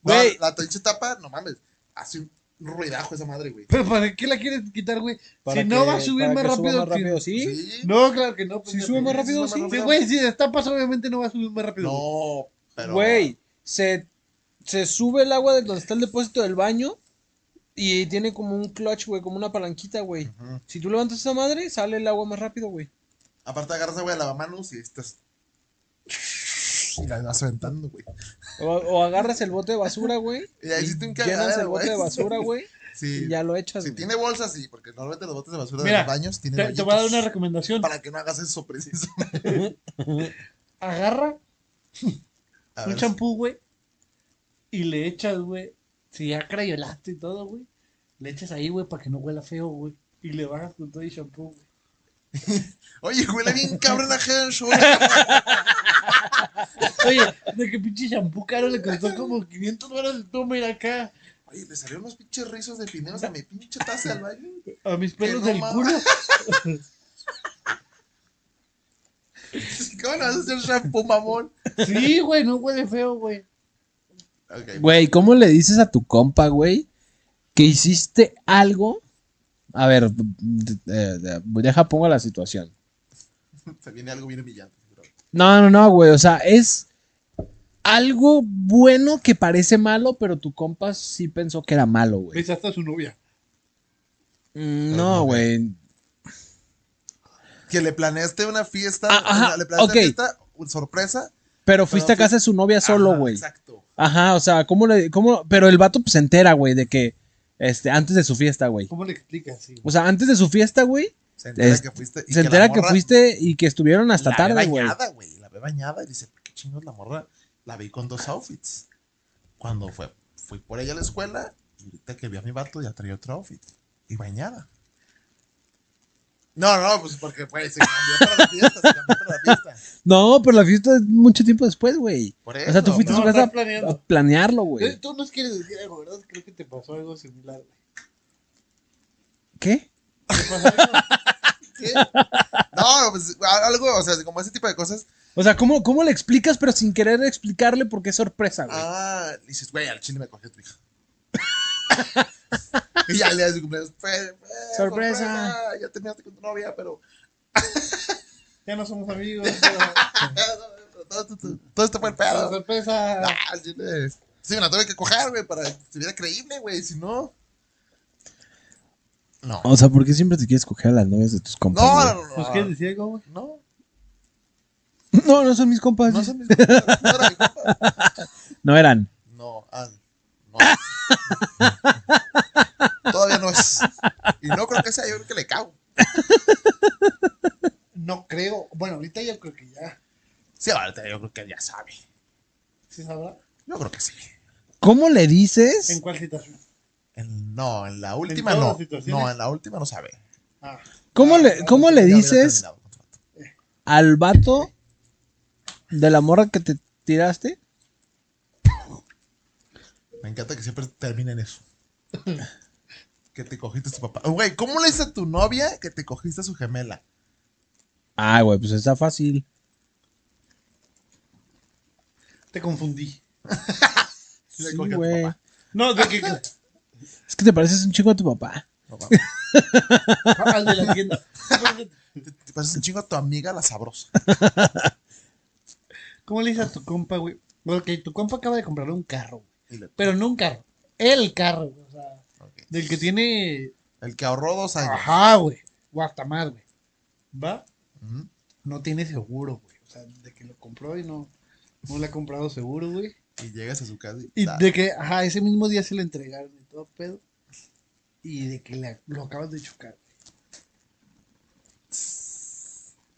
[SPEAKER 4] No,
[SPEAKER 1] Güey.
[SPEAKER 4] la pinche tapa, no mames. Hace un ruidajo esa madre, güey.
[SPEAKER 3] Pero ¿para qué la quieres quitar, güey?
[SPEAKER 1] Para
[SPEAKER 3] si no
[SPEAKER 1] que-
[SPEAKER 3] va a subir
[SPEAKER 1] para
[SPEAKER 3] más
[SPEAKER 1] que suba
[SPEAKER 3] rápido.
[SPEAKER 1] más
[SPEAKER 3] que-
[SPEAKER 1] rápido, ¿sí?
[SPEAKER 3] No, claro que no.
[SPEAKER 1] Si
[SPEAKER 3] pendejo.
[SPEAKER 1] sube más rápido,
[SPEAKER 4] sube
[SPEAKER 1] sí.
[SPEAKER 4] más
[SPEAKER 3] Sí, güey, si destapas, obviamente no va a subir más rápido. güey.
[SPEAKER 4] No, pero.
[SPEAKER 1] Güey, se, se sube el agua de donde está el depósito del baño y tiene como un clutch, güey, como una palanquita, güey.
[SPEAKER 4] Ujú.
[SPEAKER 1] Si tú levantas esa madre, sale el agua más rápido, güey.
[SPEAKER 4] Aparte agarras agua de lavamanos y estás. Y la vas aventando, güey.
[SPEAKER 1] O, o agarras el bote de basura, güey.
[SPEAKER 4] Y ahí
[SPEAKER 1] y
[SPEAKER 4] hiciste un
[SPEAKER 1] llenas el
[SPEAKER 4] cagadero,
[SPEAKER 1] bote
[SPEAKER 4] Ah, güey.
[SPEAKER 1] de basura, güey.
[SPEAKER 4] (laughs) Sí.
[SPEAKER 1] Y ya lo echas,
[SPEAKER 4] Si
[SPEAKER 1] güey.
[SPEAKER 4] tiene bolsas, sí, porque normalmente los botes de basura
[SPEAKER 3] Mira,
[SPEAKER 4] de los baños tienen.
[SPEAKER 3] Te, te voy a dar
[SPEAKER 4] hoyitos
[SPEAKER 3] una recomendación.
[SPEAKER 4] Para que no hagas eso
[SPEAKER 1] (laughs)
[SPEAKER 4] preciso.
[SPEAKER 3] Agarra
[SPEAKER 4] A
[SPEAKER 3] un
[SPEAKER 4] ver,
[SPEAKER 3] champú, güey, y le echas, güey. Si ya crayolaste y todo, güey, le echas ahí, güey, para que no huela feo, güey. Y le bajas con todo y champú, güey.
[SPEAKER 4] Oye,
[SPEAKER 1] (laughs)
[SPEAKER 4] huele bien cabrón a Henshaw.
[SPEAKER 3] Oye, de que pinche champú caro le costó como 500 dólares el toma ir acá
[SPEAKER 4] Oye, le salieron unos pinches rizos de pineros a mi pinche taza del baño.
[SPEAKER 3] a mis
[SPEAKER 4] Que
[SPEAKER 3] pelos
[SPEAKER 4] no
[SPEAKER 3] del
[SPEAKER 4] mames.
[SPEAKER 3] culo.
[SPEAKER 4] (laughs) ¿Cómo no vas a hacer shampoo, mamón?
[SPEAKER 3] Sí, güey, no huele feo, güey.
[SPEAKER 4] Ok,
[SPEAKER 1] Güey, ¿cómo le dices a tu compa, güey, que hiciste algo? A ver, d- d- eh, deja pongo la situación.
[SPEAKER 4] se viene algo bien humillante. bro.
[SPEAKER 1] No, no, no, güey. O sea, es algo bueno que parece malo, pero tu compa sí pensó que era malo,
[SPEAKER 4] Pues,
[SPEAKER 1] güey.
[SPEAKER 3] Besaste a su novia.
[SPEAKER 1] Mm, No, güey.
[SPEAKER 4] Que le planeaste una fiesta.
[SPEAKER 1] Ah, ajá,
[SPEAKER 4] una- le
[SPEAKER 1] ok.
[SPEAKER 4] planeaste una fiesta, una sorpresa.
[SPEAKER 1] Pero fuiste a
[SPEAKER 4] fui-
[SPEAKER 1] casa de su novia solo,
[SPEAKER 4] Ajá,
[SPEAKER 1] güey.
[SPEAKER 4] Exacto.
[SPEAKER 1] Ajá, o sea, ¿cómo le.? Cómo, pero el vato pues, se entera, güey, de que. Este, antes de su fiesta, güey.
[SPEAKER 3] ¿Cómo le explicas? Sí, güey?
[SPEAKER 1] O sea, antes de su fiesta, güey.
[SPEAKER 4] Se entera
[SPEAKER 1] Es-
[SPEAKER 4] que fuiste. y
[SPEAKER 1] Este, Se
[SPEAKER 4] la
[SPEAKER 1] entera que
[SPEAKER 4] morra
[SPEAKER 1] fuiste y que estuvieron hasta
[SPEAKER 4] la
[SPEAKER 1] tarde,
[SPEAKER 4] ve
[SPEAKER 1] güey.
[SPEAKER 4] bañada, güey. La ve bañada y dice, ¿por qué chingos la morra? La vi con dos outfits. Cuando fue, fui por ella a la escuela y ahorita que vi a mi vato ya traía otro outfit. Y bañada. No, no, pues porque, güey, se cambió para la fiesta, se cambió para la fiesta.
[SPEAKER 1] No, pero la fiesta es mucho tiempo después, güey.
[SPEAKER 4] Por
[SPEAKER 1] O sea, tú
[SPEAKER 4] eso,
[SPEAKER 1] fuiste a su
[SPEAKER 3] no,
[SPEAKER 1] casa
[SPEAKER 3] estás planeando. Eh,
[SPEAKER 1] a planearlo, güey.
[SPEAKER 3] Tú nos quieres decir algo, ¿verdad? Creo que te pasó algo similar. güey.
[SPEAKER 1] ¿Qué?
[SPEAKER 3] ¿Te pasó algo?
[SPEAKER 4] ¿Qué? No, pues a- algo, o sea, como ese tipo de cosas.
[SPEAKER 1] O sea, ¿cómo, cómo le explicas, pero sin querer explicarle por qué es sorpresa, güey?
[SPEAKER 4] Ah, le dices, güey, al chile me cogió tu hija. (laughs) y ya le das su cumpleaños. "Fue- fue
[SPEAKER 1] Sorpresa.
[SPEAKER 4] pues, Ya terminaste con tu novia, pero.
[SPEAKER 3] ya no somos
[SPEAKER 4] (laughs)
[SPEAKER 3] amigos. pero-
[SPEAKER 4] Todo, todo- todo esto fue el
[SPEAKER 3] pero
[SPEAKER 4] pedo.
[SPEAKER 3] sorpresa.
[SPEAKER 4] Ah, al chile. Sí, me la tuve que coger, güey, para que estuviera creíble, güey. Si no. No.
[SPEAKER 1] O sea, ¿por qué siempre te quieres coger a las novias de tus compas?
[SPEAKER 4] No,
[SPEAKER 1] güey?
[SPEAKER 4] no, no.
[SPEAKER 3] ¿Nos
[SPEAKER 4] no.
[SPEAKER 3] quieres decir algo, güey?
[SPEAKER 4] No,
[SPEAKER 1] no, no son mis compas.
[SPEAKER 4] no son mis compas. No era mi compa.
[SPEAKER 1] No eran.
[SPEAKER 4] No, ah, no. Todavía no es. Y no creo que sea, yo creo que le cago.
[SPEAKER 3] No creo. Bueno, ahorita yo creo que ya.
[SPEAKER 4] Sí, ahorita yo creo que ya sabe.
[SPEAKER 3] ¿Sí sabrá?
[SPEAKER 4] Yo creo que sí.
[SPEAKER 1] ¿Cómo le
[SPEAKER 3] ¿En
[SPEAKER 1] dices?
[SPEAKER 3] cuál situación?
[SPEAKER 4] En- no, en la última
[SPEAKER 3] todas
[SPEAKER 4] no.
[SPEAKER 3] las situaciones.
[SPEAKER 4] No, en la última no sabe.
[SPEAKER 3] Ah,
[SPEAKER 1] ¿Cómo le, Eh, cómo le
[SPEAKER 4] Ya hubiera
[SPEAKER 1] dices
[SPEAKER 4] terminado con su vato.
[SPEAKER 1] al vato de la morra que te tiraste?
[SPEAKER 4] Me encanta que siempre termina en (laughs) eso. que te cogiste a tu papá. Güey, ¿cómo le dices a tu novia que te cogiste a su gemela?
[SPEAKER 1] Ah, güey, pues está fácil.
[SPEAKER 3] te confundí.
[SPEAKER 4] Sí, le
[SPEAKER 1] Sí,
[SPEAKER 4] cogió a tu
[SPEAKER 1] güey.
[SPEAKER 4] papá.
[SPEAKER 3] No, de que. que-
[SPEAKER 1] Es que te pareces un chico a tu papá.
[SPEAKER 4] No mames.
[SPEAKER 3] (laughs) Al de la tienda.
[SPEAKER 4] Te, te pareces un chingo a tu amiga la sabrosa.
[SPEAKER 3] ¿Cómo le dices a tu compa, güey? Porque tu compa acaba de comprar un carro, güey.
[SPEAKER 4] Y le-
[SPEAKER 3] Pero no un carro. El carro, güey. O sea,
[SPEAKER 4] Ok.
[SPEAKER 3] del que tiene.
[SPEAKER 4] El que ahorró dos años.
[SPEAKER 3] Ajá, güey. O hasta más, güey. ¿Va?
[SPEAKER 4] Ujú.
[SPEAKER 3] No tiene seguro, güey. O sea, de que lo compró y no. No le ha comprado seguro, güey.
[SPEAKER 4] Y llegas a su casa y.
[SPEAKER 3] Y
[SPEAKER 4] ta-
[SPEAKER 3] de que, ajá, ese mismo día se lo entregaron y todo pedo. Y de que le- lo acabas de chocar.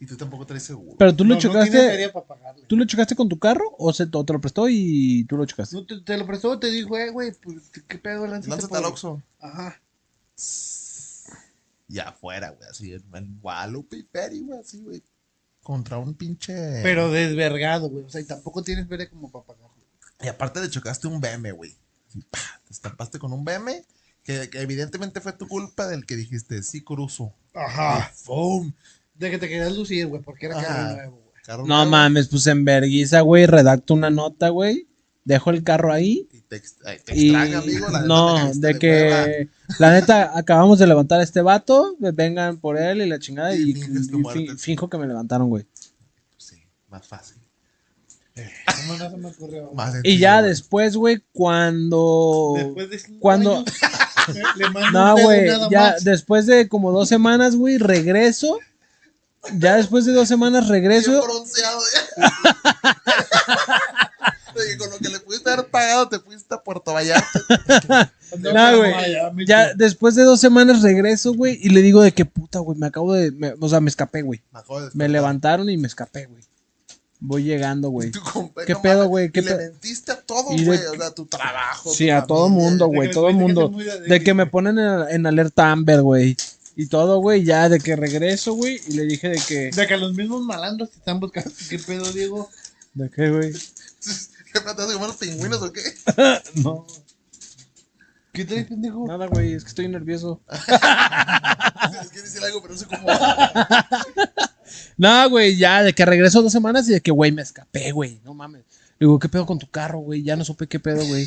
[SPEAKER 4] Y tú tampoco traes seguro.
[SPEAKER 1] Pero tú lo
[SPEAKER 3] No, No tiene
[SPEAKER 1] chocaste.
[SPEAKER 3] feria para pagarle.
[SPEAKER 1] ¿Tú lo chocaste con tu carro o, se, o te lo prestó y tú lo chocaste?
[SPEAKER 3] No, te, te lo prestó, te dijo, eh, güey, pues, ¿qué pedo? Lánzate,
[SPEAKER 4] Lánzate
[SPEAKER 3] por-
[SPEAKER 4] al Oxxo.
[SPEAKER 3] Ajá.
[SPEAKER 4] Y afuera, güey, así en, en Guadalupe y Peri, güey, así, güey. Contra un pinche.
[SPEAKER 3] Pero desvergado, güey. O sea, y tampoco tienes feria como para pagarle.
[SPEAKER 4] Y aparte le chocaste un BM, güey. Así, pa, Te estampaste con un BM que, que evidentemente fue tu culpa del que dijiste, sí, cruzo.
[SPEAKER 3] Ajá.
[SPEAKER 4] Y ¡Boom!
[SPEAKER 3] De que te querías lucir, güey, porque era
[SPEAKER 4] Ajá.
[SPEAKER 3] carro nuevo, güey.
[SPEAKER 4] Carro
[SPEAKER 1] No
[SPEAKER 4] nuevo.
[SPEAKER 1] mames, pues en verguiza, güey, redacto una nota, güey. Dejo el carro ahí.
[SPEAKER 4] Y te, ex- ay, te
[SPEAKER 1] Y
[SPEAKER 4] extraña, amigo. La neta te
[SPEAKER 1] no,
[SPEAKER 4] caíste
[SPEAKER 1] de
[SPEAKER 4] hueva.
[SPEAKER 1] que la neta acabamos de levantar a este vato, vengan por él y la chingada
[SPEAKER 4] Y
[SPEAKER 1] y,
[SPEAKER 4] finges tu
[SPEAKER 1] y
[SPEAKER 4] muerte.
[SPEAKER 1] fi- finjo que me levantaron, güey.
[SPEAKER 4] Pues Sí, más fácil.
[SPEAKER 3] ¿Cómo no se me ocurrió? güey?
[SPEAKER 4] Más
[SPEAKER 1] Y
[SPEAKER 4] sencillo,
[SPEAKER 1] ya
[SPEAKER 4] güey.
[SPEAKER 1] después, güey, cuando
[SPEAKER 3] Después de cinco (laughs)
[SPEAKER 1] cuando-
[SPEAKER 3] años, le, le mando
[SPEAKER 1] No,
[SPEAKER 4] ah,
[SPEAKER 3] un dedo
[SPEAKER 1] güey,
[SPEAKER 3] nada
[SPEAKER 1] ya
[SPEAKER 3] más.
[SPEAKER 1] después de como dos semanas, güey, regreso. Ya después de dos semanas
[SPEAKER 4] Bien
[SPEAKER 1] regreso.
[SPEAKER 4] bronceado ya. (laughs) Oye, con lo que le pudiste haber pagado, te fuiste a Puerto Vallarta.
[SPEAKER 1] No,
[SPEAKER 3] pero
[SPEAKER 1] güey,
[SPEAKER 3] vaya, mi
[SPEAKER 1] Ya
[SPEAKER 3] tío.
[SPEAKER 1] después de dos semanas regreso, güey, y le digo de que puta, güey, me acabo de. me- o sea, me escapé, güey.
[SPEAKER 4] Me acabo de
[SPEAKER 1] Me
[SPEAKER 4] despertar.
[SPEAKER 1] levantaron y me escapé, güey. Voy llegando,
[SPEAKER 4] Y
[SPEAKER 1] güey.
[SPEAKER 4] tu compa-
[SPEAKER 1] ¿Qué
[SPEAKER 4] no
[SPEAKER 1] pedo,
[SPEAKER 4] mames,
[SPEAKER 1] güey? ¿Qué
[SPEAKER 4] y le
[SPEAKER 1] pe-
[SPEAKER 4] mentiste a todo,
[SPEAKER 1] Y de-
[SPEAKER 4] güey. O sea, a tu trabajo.
[SPEAKER 1] Sí,
[SPEAKER 4] tu
[SPEAKER 1] a todo
[SPEAKER 4] familia.
[SPEAKER 1] mundo,
[SPEAKER 3] De
[SPEAKER 1] güey,
[SPEAKER 3] que
[SPEAKER 1] todo
[SPEAKER 3] después de que
[SPEAKER 1] mundo.
[SPEAKER 3] se muda, de
[SPEAKER 1] De
[SPEAKER 3] que-
[SPEAKER 1] que me ponen en, en alerta Amber, güey. Y todo, güey, ya de que regreso, güey, y le dije de que.
[SPEAKER 3] De que los mismos malandros te están buscando. ¿Qué pedo, Diego?
[SPEAKER 1] ¿De qué, güey?
[SPEAKER 4] (laughs) ¿Qué plantas de comer los pingüinos o qué?
[SPEAKER 1] No,
[SPEAKER 3] ¿Qué traes, pendejo?
[SPEAKER 1] nada, güey, es que estoy nervioso.
[SPEAKER 4] Es que decir algo, pero no sé cómo.
[SPEAKER 1] No, güey, ya, de que regreso dos semanas y de que, güey, me escapé, güey, no mames. Le digo, ¿qué pedo con tu carro, güey? Ya no supe qué pedo, güey.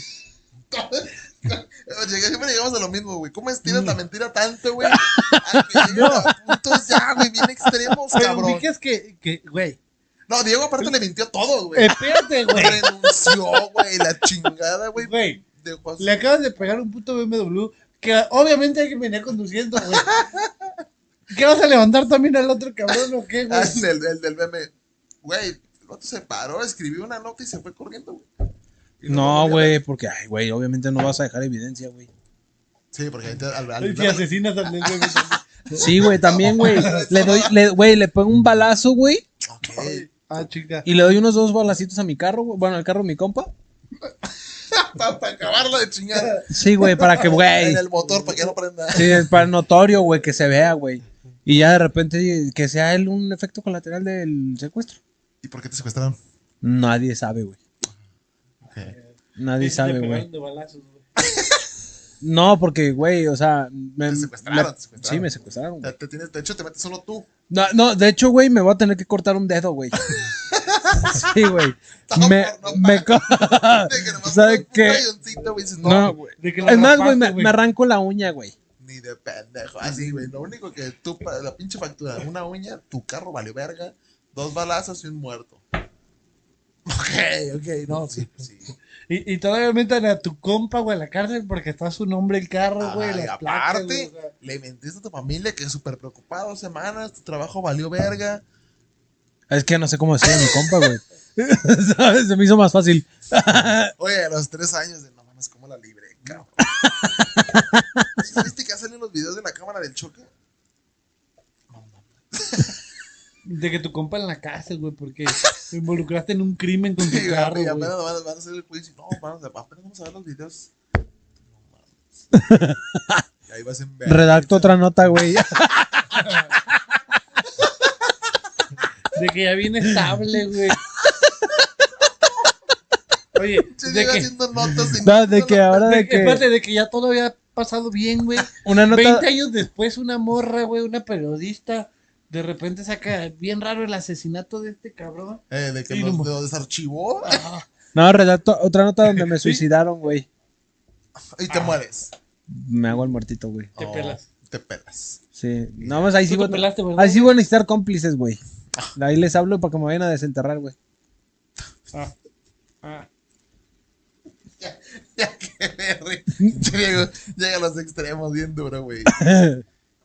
[SPEAKER 4] Llega- Siempre llegamos a lo mismo, güey. ¿Cómo estiras
[SPEAKER 1] Mm.
[SPEAKER 4] la mentira tanto, güey? A
[SPEAKER 1] (laughs)
[SPEAKER 4] que lleguen a puntos ya, güey, bien extremos,
[SPEAKER 3] Pero
[SPEAKER 4] cabrón. Eh,
[SPEAKER 3] ubicas que, que, güey.
[SPEAKER 4] No, Diego aparte le mintió a todo,
[SPEAKER 1] Eh,
[SPEAKER 4] güey.
[SPEAKER 3] Espérate, güey.
[SPEAKER 4] Renunció, güey, la chingada, (laughs) güey.
[SPEAKER 3] Güey,
[SPEAKER 4] Dejó a su-
[SPEAKER 3] le acabas de pegar un puto BMW que obviamente alguien venía conduciendo,
[SPEAKER 4] (laughs)
[SPEAKER 3] güey. ¿Qué vas a levantar también al otro cabrón o qué,
[SPEAKER 4] Ah,
[SPEAKER 3] güey?
[SPEAKER 4] el, del- el del meme. Güey, el otro se paró, escribió una nota y se fue corriendo, güey. Y
[SPEAKER 1] No,
[SPEAKER 4] volvió a
[SPEAKER 1] güey,
[SPEAKER 4] ver.
[SPEAKER 1] porque, ay, güey, obviamente no vas a dejar evidencia, güey.
[SPEAKER 4] Sí, porque ahí te- al, al-
[SPEAKER 3] Y si asesinas al
[SPEAKER 1] Sí, güey, también, güey. Le doy, le- güey, le pongo un balazo, güey,
[SPEAKER 4] Ok.
[SPEAKER 3] Ah, chica.
[SPEAKER 1] y le doy unos dos balacitos a mi carro, güey. Bueno, al carro de mi compa.
[SPEAKER 4] Para acabarla de chingada.
[SPEAKER 1] Sí, güey, para que, güey. (laughs)
[SPEAKER 4] En el motor, para que no prenda.
[SPEAKER 1] Sí, es para notorio, güey, que se vea, güey. Y ya de repente que sea él un efecto colateral del secuestro.
[SPEAKER 4] ¿Y por qué te secuestraron?
[SPEAKER 1] Nadie sabe, güey. Nadie
[SPEAKER 3] Te
[SPEAKER 1] sabe,
[SPEAKER 3] pegaron
[SPEAKER 1] güey.
[SPEAKER 3] de balazos, güey.
[SPEAKER 1] No, porque, güey, o sea. Me,
[SPEAKER 4] Te secuestraron,
[SPEAKER 1] me-
[SPEAKER 4] te secuestraron.
[SPEAKER 1] Sí, me secuestraron, güey.
[SPEAKER 4] Te- te tienes- de hecho, te metes solo (laughs) tú.
[SPEAKER 1] No, no, de hecho, güey, me voy a tener que cortar un dedo,
[SPEAKER 4] (laughs)
[SPEAKER 1] güey. Sí, güey.
[SPEAKER 4] No,
[SPEAKER 1] Me,
[SPEAKER 4] por- no,
[SPEAKER 1] me
[SPEAKER 4] para.
[SPEAKER 1] (laughs) co-
[SPEAKER 4] De (laughs) que nomás
[SPEAKER 1] ¿Sabe
[SPEAKER 4] con un
[SPEAKER 1] qué?
[SPEAKER 4] rayoncito, güey, dices,
[SPEAKER 1] No,
[SPEAKER 4] no,
[SPEAKER 1] güey.
[SPEAKER 3] De que la
[SPEAKER 1] Es más, güey,
[SPEAKER 3] rapaste,
[SPEAKER 1] me, me arranco la uña, güey.
[SPEAKER 4] ni de pendejo. Así, güey. Lo único que tú, para la pinche factura, una uña, tu carro valió verga, dos balazos y un muerto. Ok, ok, no, sí, sí.
[SPEAKER 3] Y, y todavía meten a tu compa, güey, a la cárcel porque está su nombre el carro, güey.
[SPEAKER 4] Ay,
[SPEAKER 3] las placas,
[SPEAKER 4] aparte,
[SPEAKER 3] güey, o sea.
[SPEAKER 4] le mentiste a tu familia que súper preocupado, dos semanas, tu trabajo valió verga.
[SPEAKER 1] Es que no sé cómo decirle a mi compa, güey. (laughs) ¿Sabes? Se me hizo más fácil.
[SPEAKER 4] Oye, a los tres años de no mames, ¿cómo la libre, cabrón? ¿Sí ¿Viste que hacen los videos de la cámara del choque?
[SPEAKER 3] De que tu compa en la cárcel, güey, porque te involucraste en un crimen con tu
[SPEAKER 4] Y
[SPEAKER 3] carro,
[SPEAKER 4] apenas
[SPEAKER 3] güey.
[SPEAKER 4] van, van a hacer el juicio. No, van a- apenas vamos a ver los videos. No
[SPEAKER 3] (laughs)
[SPEAKER 4] mames. Y ahí vas en ver.
[SPEAKER 1] Redacto otra nota, güey. (laughs)
[SPEAKER 3] De que ya viene estable, güey. Oye,
[SPEAKER 4] Se
[SPEAKER 3] de
[SPEAKER 4] llega
[SPEAKER 3] que,
[SPEAKER 4] haciendo
[SPEAKER 3] (laughs)
[SPEAKER 4] notas. y-
[SPEAKER 1] No, de que ahora
[SPEAKER 3] de
[SPEAKER 1] de
[SPEAKER 3] que,
[SPEAKER 1] que
[SPEAKER 3] espérate, de que ya todo había pasado bien,
[SPEAKER 1] (laughs)
[SPEAKER 3] güey.
[SPEAKER 1] una
[SPEAKER 3] 20
[SPEAKER 1] nota
[SPEAKER 3] años después, una morra, güey, una periodista, de repente saca bien raro el asesinato de este cabrón.
[SPEAKER 4] Eh, de que
[SPEAKER 3] Y
[SPEAKER 4] los,
[SPEAKER 3] no- Ah.
[SPEAKER 4] los desarchivó
[SPEAKER 1] No, redacto otra nota donde me suicidaron, güey.
[SPEAKER 4] (laughs) y te mueres.
[SPEAKER 1] Me hago el muertito, güey.
[SPEAKER 3] Ah. Te
[SPEAKER 4] Oh,
[SPEAKER 3] pelas.
[SPEAKER 4] Te pelas. (laughs)
[SPEAKER 1] Sí, no más ahí
[SPEAKER 3] Tú
[SPEAKER 1] sí
[SPEAKER 3] te
[SPEAKER 1] voy,
[SPEAKER 3] pelaste, ¿verdad,
[SPEAKER 1] ahí sí
[SPEAKER 3] güey?
[SPEAKER 1] voy a necesitar cómplices, güey. Ahí les hablo para que me vayan a desenterrar, (laughs) güey.
[SPEAKER 3] Ah,
[SPEAKER 4] Ya que verga. Diego llega a los extremos bien duro, güey.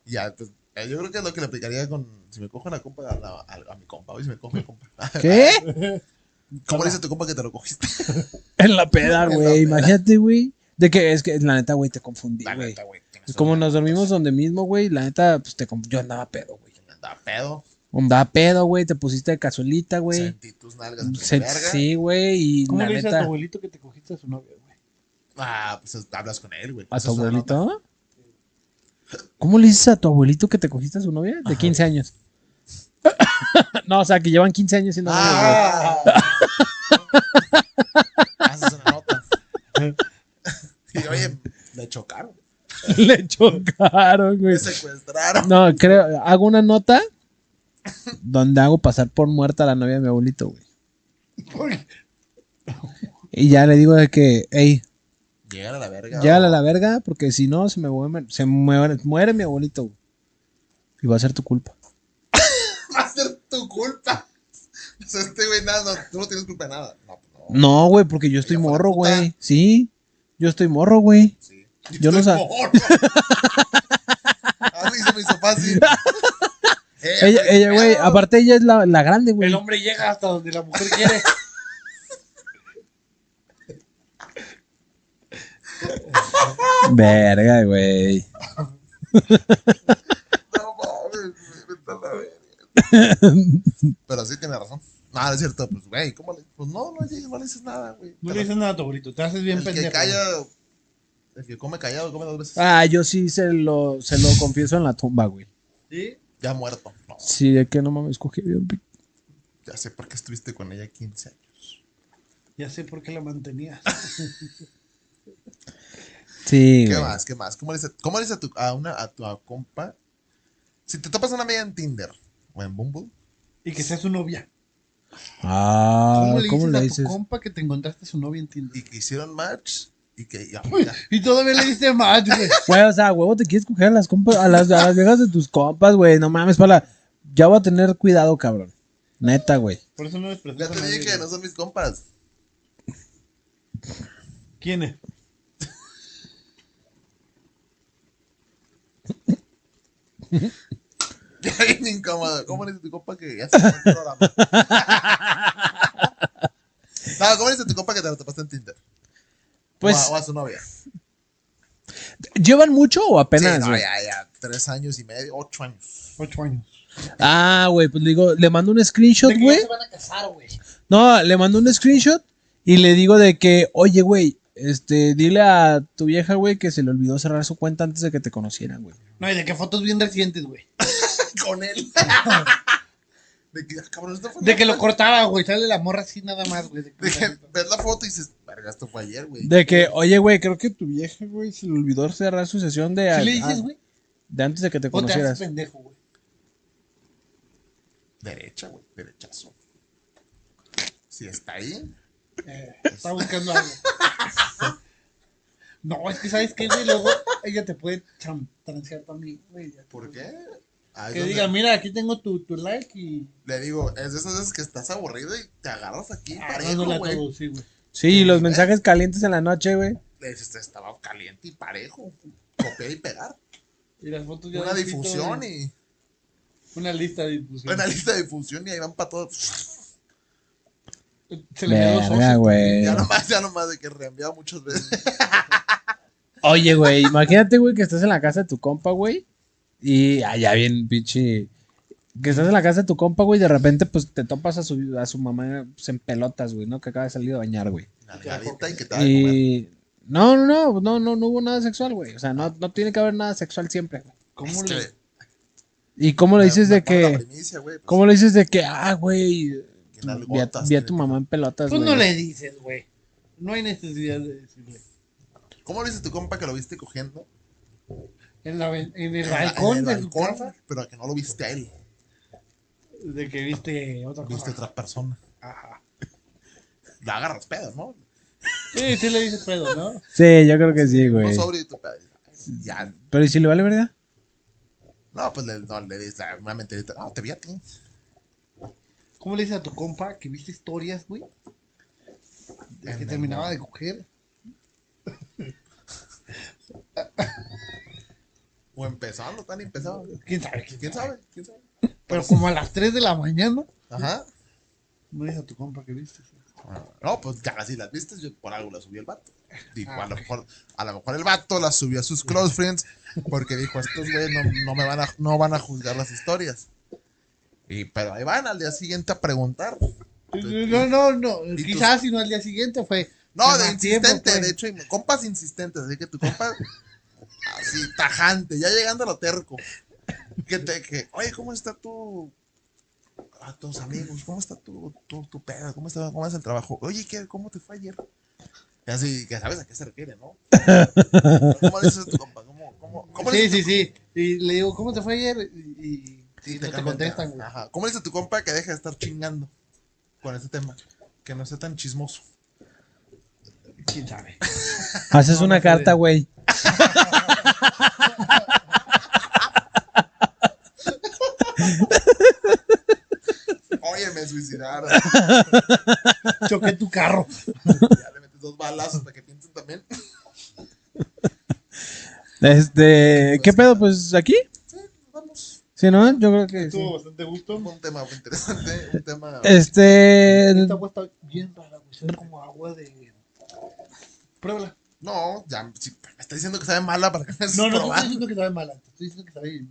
[SPEAKER 4] Ya, pues, eh, yo creo que es lo que le aplicaría con. Si me cojo una compa, a, la- a- a mi compa, güey, si me cojo mi compa. (laughs)
[SPEAKER 1] ¿Qué?
[SPEAKER 4] ¿Cómo le dice a tu compa que te lo cogiste?
[SPEAKER 1] En la peda,
[SPEAKER 4] En la
[SPEAKER 1] güey.
[SPEAKER 4] peda.
[SPEAKER 1] Imagínate, güey. De que es que la neta, güey, te confundí,
[SPEAKER 4] La
[SPEAKER 1] güey.
[SPEAKER 4] neta, güey. tienes
[SPEAKER 1] Y Como
[SPEAKER 4] razón.
[SPEAKER 1] nos dormimos donde mismo, güey, la neta, pues te conf- yo andaba pedo, güey.
[SPEAKER 4] Da pedo.
[SPEAKER 1] Andaba pedo, güey, te pusiste de cazuelita, güey.
[SPEAKER 4] Sentí tus nalgas. en tu
[SPEAKER 1] Se-
[SPEAKER 4] verga.
[SPEAKER 1] sí, güey, y
[SPEAKER 3] ¿Cómo
[SPEAKER 1] la
[SPEAKER 3] le dices a tu
[SPEAKER 1] neta,
[SPEAKER 3] abuelito que te cogiste a su novia, güey?
[SPEAKER 4] Ah, pues es- hablas con él, güey.
[SPEAKER 1] a
[SPEAKER 4] Pues,
[SPEAKER 1] tu
[SPEAKER 4] es una nota.
[SPEAKER 1] abuelito. ¿Cómo le dices a tu abuelito que te cogiste a su novia? De 15 años. (laughs) no, o sea, que llevan 15 años siendo novios, güey.
[SPEAKER 4] Ah, (laughs) haces una nota. Y oye, me chocaron.
[SPEAKER 1] (laughs) Le chocaron, güey.
[SPEAKER 4] Me secuestraron.
[SPEAKER 1] No, creo, hago una nota donde hago pasar por muerta a la novia de mi abuelito, güey. Y ya le digo de que, hey,
[SPEAKER 4] Llegar a la verga.
[SPEAKER 1] llégale a la verga, porque si no, se me, mueve- se muere, muere mi abuelito, güey. Y va a ser tu culpa.
[SPEAKER 4] Va a ser tu culpa. O sea, este güey, nada, no, tú no tienes culpa de nada. No, pues, no.
[SPEAKER 1] No, güey, porque yo estoy
[SPEAKER 4] Ella fue la
[SPEAKER 1] morro,
[SPEAKER 4] puta.
[SPEAKER 1] güey. Sí, yo estoy morro, güey.
[SPEAKER 4] Sí.
[SPEAKER 1] Yo no
[SPEAKER 4] (laughs) Estoy
[SPEAKER 1] sab- (laughs)
[SPEAKER 4] morro. Así se me hizo fácil. Eh,
[SPEAKER 1] (laughs) Ella,
[SPEAKER 4] güey,
[SPEAKER 1] ella, güey,
[SPEAKER 4] pero-
[SPEAKER 1] aparte ella es la, la grande, güey.
[SPEAKER 3] El hombre llega hasta donde la mujer quiere.
[SPEAKER 1] Verga, güey.
[SPEAKER 4] No mames, güey, vete a la verga.
[SPEAKER 1] (laughs)
[SPEAKER 4] Pero sí tiene razón. No, no es cierto, pues, güey, ¿cómo le.? Pues no, no, llegues, no le dices nada, güey.
[SPEAKER 3] No
[SPEAKER 4] Pero
[SPEAKER 3] le dices nada a tu abuelito, te haces bien
[SPEAKER 4] El
[SPEAKER 3] pendejo.
[SPEAKER 4] que calla. El que come callado, come dos veces.
[SPEAKER 1] Ah, yo sí se lo, se lo confieso en la tumba, güey.
[SPEAKER 3] ¿Sí?
[SPEAKER 4] Ya muerto. No,
[SPEAKER 1] Sí, de que no mames, cogí bien
[SPEAKER 4] ya sé por qué estuviste con ella 15 años.
[SPEAKER 3] Ya sé por qué la mantenías.
[SPEAKER 1] Sí,
[SPEAKER 4] ¿Qué
[SPEAKER 1] güey.
[SPEAKER 4] más? ¿Qué más? ¿Cómo le dices, cómo le dices a, tu, a, una, a tu a compa? Si te topas a una media en Tinder o en Bumble,
[SPEAKER 3] Y que sea su novia.
[SPEAKER 1] Ah,
[SPEAKER 3] ¿Cómo le dices
[SPEAKER 1] ¿cómo
[SPEAKER 3] a
[SPEAKER 1] le
[SPEAKER 3] tu
[SPEAKER 1] dices?
[SPEAKER 3] compa que te encontraste a su novia en Tinder?
[SPEAKER 4] y que hicieron match y que. ya, ya.
[SPEAKER 3] Y todavía le diste más, güey.
[SPEAKER 1] Güey, o sea, huevo, te quieres coger a las, compas, a las, a las viejas de tus compas, güey. No mames, para. Ya voy a tener cuidado, cabrón. Neta, güey.
[SPEAKER 3] (laughs) Por eso no les presento
[SPEAKER 4] Ya te dije que no son mis compas. (laughs)
[SPEAKER 3] ¿Quién es?
[SPEAKER 4] Ya bien incómodo. ¿Cómo le dices a tu compa que ya se fue el
[SPEAKER 3] (laughs)
[SPEAKER 4] programa? no, ¿cómo le dices a tu compa que te lo topaste en Tinder?
[SPEAKER 1] Pues-
[SPEAKER 4] O a, o a su novia.
[SPEAKER 1] ¿Llevan mucho o
[SPEAKER 4] sí,
[SPEAKER 1] apenas,
[SPEAKER 4] no,
[SPEAKER 1] güey?
[SPEAKER 4] ya, ya. Tres años y medio,
[SPEAKER 3] (laughs)
[SPEAKER 4] ocho años.
[SPEAKER 3] Ocho años.
[SPEAKER 1] ah, güey, pues le digo, le mando un screenshot,
[SPEAKER 3] De que ya
[SPEAKER 1] güey.
[SPEAKER 3] se van a casar, güey.
[SPEAKER 1] No, le mando un screenshot y le digo de que, oye, güey, este, dile a tu vieja, güey, que se le olvidó cerrar su cuenta antes de que te conocieran, güey.
[SPEAKER 3] No, y de que fotos bien recientes, güey.
[SPEAKER 4] Con él. (laughs) De que, ah, cabrón, esto fue
[SPEAKER 3] De que
[SPEAKER 4] ayer.
[SPEAKER 3] lo cortaba, güey. Sale la morra así nada más, güey. de que-
[SPEAKER 4] De que ves la foto y dices, verga, esto fue ayer, güey.
[SPEAKER 1] De que, oye, güey, creo que tu vieja, güey, se le olvidó cerrar su sesión de,
[SPEAKER 3] Si le dices, güey,
[SPEAKER 1] de antes de que te
[SPEAKER 3] o te haces
[SPEAKER 1] conocieras.
[SPEAKER 3] pendejo, güey.
[SPEAKER 4] Derecha, güey, derechazo. Si está ahí,
[SPEAKER 3] Eh, está buscando algo. No, es que sabes qué, güey, luego ella te puede cham, transear también, güey. ya.
[SPEAKER 4] ¿por qué? Ahí
[SPEAKER 3] Que
[SPEAKER 4] donde-
[SPEAKER 3] diga, mira, aquí tengo tu, tu like y
[SPEAKER 4] Le digo, es de esas veces que estás aburrido y te agarras aquí,
[SPEAKER 3] ah,
[SPEAKER 4] parejo,
[SPEAKER 3] dándola
[SPEAKER 4] güey.
[SPEAKER 3] todo, sí, güey.
[SPEAKER 1] Sí, los mensajes calientes en la noche, güey.
[SPEAKER 4] Le dices, estaba caliente y parejo. Copiar y pegar.
[SPEAKER 3] Y las fotos (laughs) ya
[SPEAKER 4] Una
[SPEAKER 3] de un pito,
[SPEAKER 4] difusión
[SPEAKER 3] güey.
[SPEAKER 4] y.
[SPEAKER 3] Una lista de difusión.
[SPEAKER 4] Una lista de difusión y ahí van para todos.
[SPEAKER 3] Se le quedó socio.
[SPEAKER 1] Verga, güey.
[SPEAKER 4] Ya nomás, ya nomás de que reenviaba muchas veces.
[SPEAKER 1] Oye, güey, imagínate, güey, que estás en la casa de tu compa, güey. Y allá bien, pinche. Que estás en la casa de tu compa, güey, y de repente, pues te topas a su, a su mamá pues, en pelotas, güey, ¿no? Que acaba de salir a bañar, güey.
[SPEAKER 3] (laughs)
[SPEAKER 4] Nalgadita y que te va a comer.
[SPEAKER 1] Y. No, no, no, no, no, no hubo nada sexual, güey. O sea, no, no tiene que haber nada sexual siempre, güey.
[SPEAKER 4] Es
[SPEAKER 3] ¿Cómo
[SPEAKER 4] que-
[SPEAKER 3] le-
[SPEAKER 1] ¿Y cómo le dices de
[SPEAKER 4] me- me pongo la
[SPEAKER 1] que.?
[SPEAKER 4] primicia, güey, pues,
[SPEAKER 1] ¿Cómo le dices de que, ah, güey,
[SPEAKER 4] que las
[SPEAKER 1] vi a,
[SPEAKER 4] gotas
[SPEAKER 1] vi a
[SPEAKER 4] que-
[SPEAKER 1] tu mamá en pelotas,
[SPEAKER 3] Tú
[SPEAKER 1] güey?
[SPEAKER 3] Pues no le dices, güey. No hay necesidad de decirle.
[SPEAKER 4] ¿Cómo le dices a tu compa que lo viste cogiendo? Ah,
[SPEAKER 3] En, la ven- en el
[SPEAKER 4] En la- en
[SPEAKER 3] balcón
[SPEAKER 4] el
[SPEAKER 3] de tu
[SPEAKER 4] balcón,
[SPEAKER 3] casa,
[SPEAKER 4] Pero que no lo viste a él.
[SPEAKER 3] de que viste otra cosa.
[SPEAKER 4] Viste a otra persona.
[SPEAKER 3] Ajá.
[SPEAKER 4] La agarras pedo, ¿no?
[SPEAKER 3] Sí, sí le dices pedo, ¿no?
[SPEAKER 1] Sí, yo creo que sí,
[SPEAKER 4] No
[SPEAKER 1] güey.
[SPEAKER 4] sobrio y tu pedo. Ya.
[SPEAKER 1] Pero ¿y si le vale
[SPEAKER 3] (laughs)
[SPEAKER 1] verdad?
[SPEAKER 4] No, pues le, no, le dices la- una mentirita. No, te vi a ti.
[SPEAKER 3] ¿Cómo le dices a tu compa que viste historias, güey? De que
[SPEAKER 4] En
[SPEAKER 3] terminaba de coger.
[SPEAKER 4] O empezando, tan empezado.
[SPEAKER 3] ¿Quién sabe?
[SPEAKER 4] ¿Quién sabe? ¿Quién sabe?
[SPEAKER 3] Pero como a las 3 de la mañana,
[SPEAKER 4] Ajá.
[SPEAKER 3] no dices a tu compa que viste.
[SPEAKER 4] No, pues ya si las viste, yo por algo las subí el vato. Dijo, a, lo mejor, a lo mejor el vato las subió a sus close friends porque dijo, estos güeyes no, no me van a, no van a juzgar las historias. Y pero ahí van al día siguiente a preguntar.
[SPEAKER 3] No, no, no.
[SPEAKER 4] ¿Y
[SPEAKER 3] Quizás si no al día siguiente fue.
[SPEAKER 4] No,
[SPEAKER 3] Se
[SPEAKER 4] de
[SPEAKER 3] da tiempo,
[SPEAKER 4] insistente,
[SPEAKER 3] pues.
[SPEAKER 4] de hecho, y compas insistentes, así que tu compa así tajante, ya llegando a lo terco. Que te que, oye, ¿cómo está tu a tus amigos? ¿Cómo está tu, tu, tu pedo? ¿Cómo está cómo es el trabajo? Oye, ¿qué, ¿cómo te fue ayer? Y así que sabes a qué se refiere,
[SPEAKER 3] (laughs)
[SPEAKER 4] ¿no? ¿Cómo le dices a tu compa? ¿Cómo, cómo, cómo le
[SPEAKER 3] Sí,
[SPEAKER 4] dices
[SPEAKER 3] sí, sí. Y le digo, ¿cómo te fue ayer? Y, y- y no
[SPEAKER 4] te
[SPEAKER 3] te
[SPEAKER 4] cambian,
[SPEAKER 3] contestan, güey.
[SPEAKER 4] ajá. ¿Cómo le dices a tu compa que deje de estar chingando con ese tema? Que no sea tan chismoso.
[SPEAKER 3] ¿Quién sabe?
[SPEAKER 1] Haces
[SPEAKER 3] No,
[SPEAKER 1] una
[SPEAKER 3] no sé.
[SPEAKER 1] carta, güey.
[SPEAKER 4] Oye, me suicidaron.
[SPEAKER 3] Choqué tu carro.
[SPEAKER 4] (laughs) Ya le metes dos balazos para que piensen también.
[SPEAKER 1] Este, ¿qué pedo? Pues aquí.
[SPEAKER 4] Vamos.
[SPEAKER 1] Si no, yo creo que sí.
[SPEAKER 3] Tuvo bastante gusto.
[SPEAKER 4] Un tema
[SPEAKER 3] (laughs)
[SPEAKER 4] muy interesante. Un tema.
[SPEAKER 3] Eh.
[SPEAKER 1] Este,
[SPEAKER 3] Esta agua está bien rara, güey. Sabe como agua de. Pruébala.
[SPEAKER 4] No, ya. si me está diciendo que sabe mala para que me
[SPEAKER 3] No, no, no estoy
[SPEAKER 4] probando.
[SPEAKER 3] diciendo que sabe mala. Te estoy diciendo que sabe.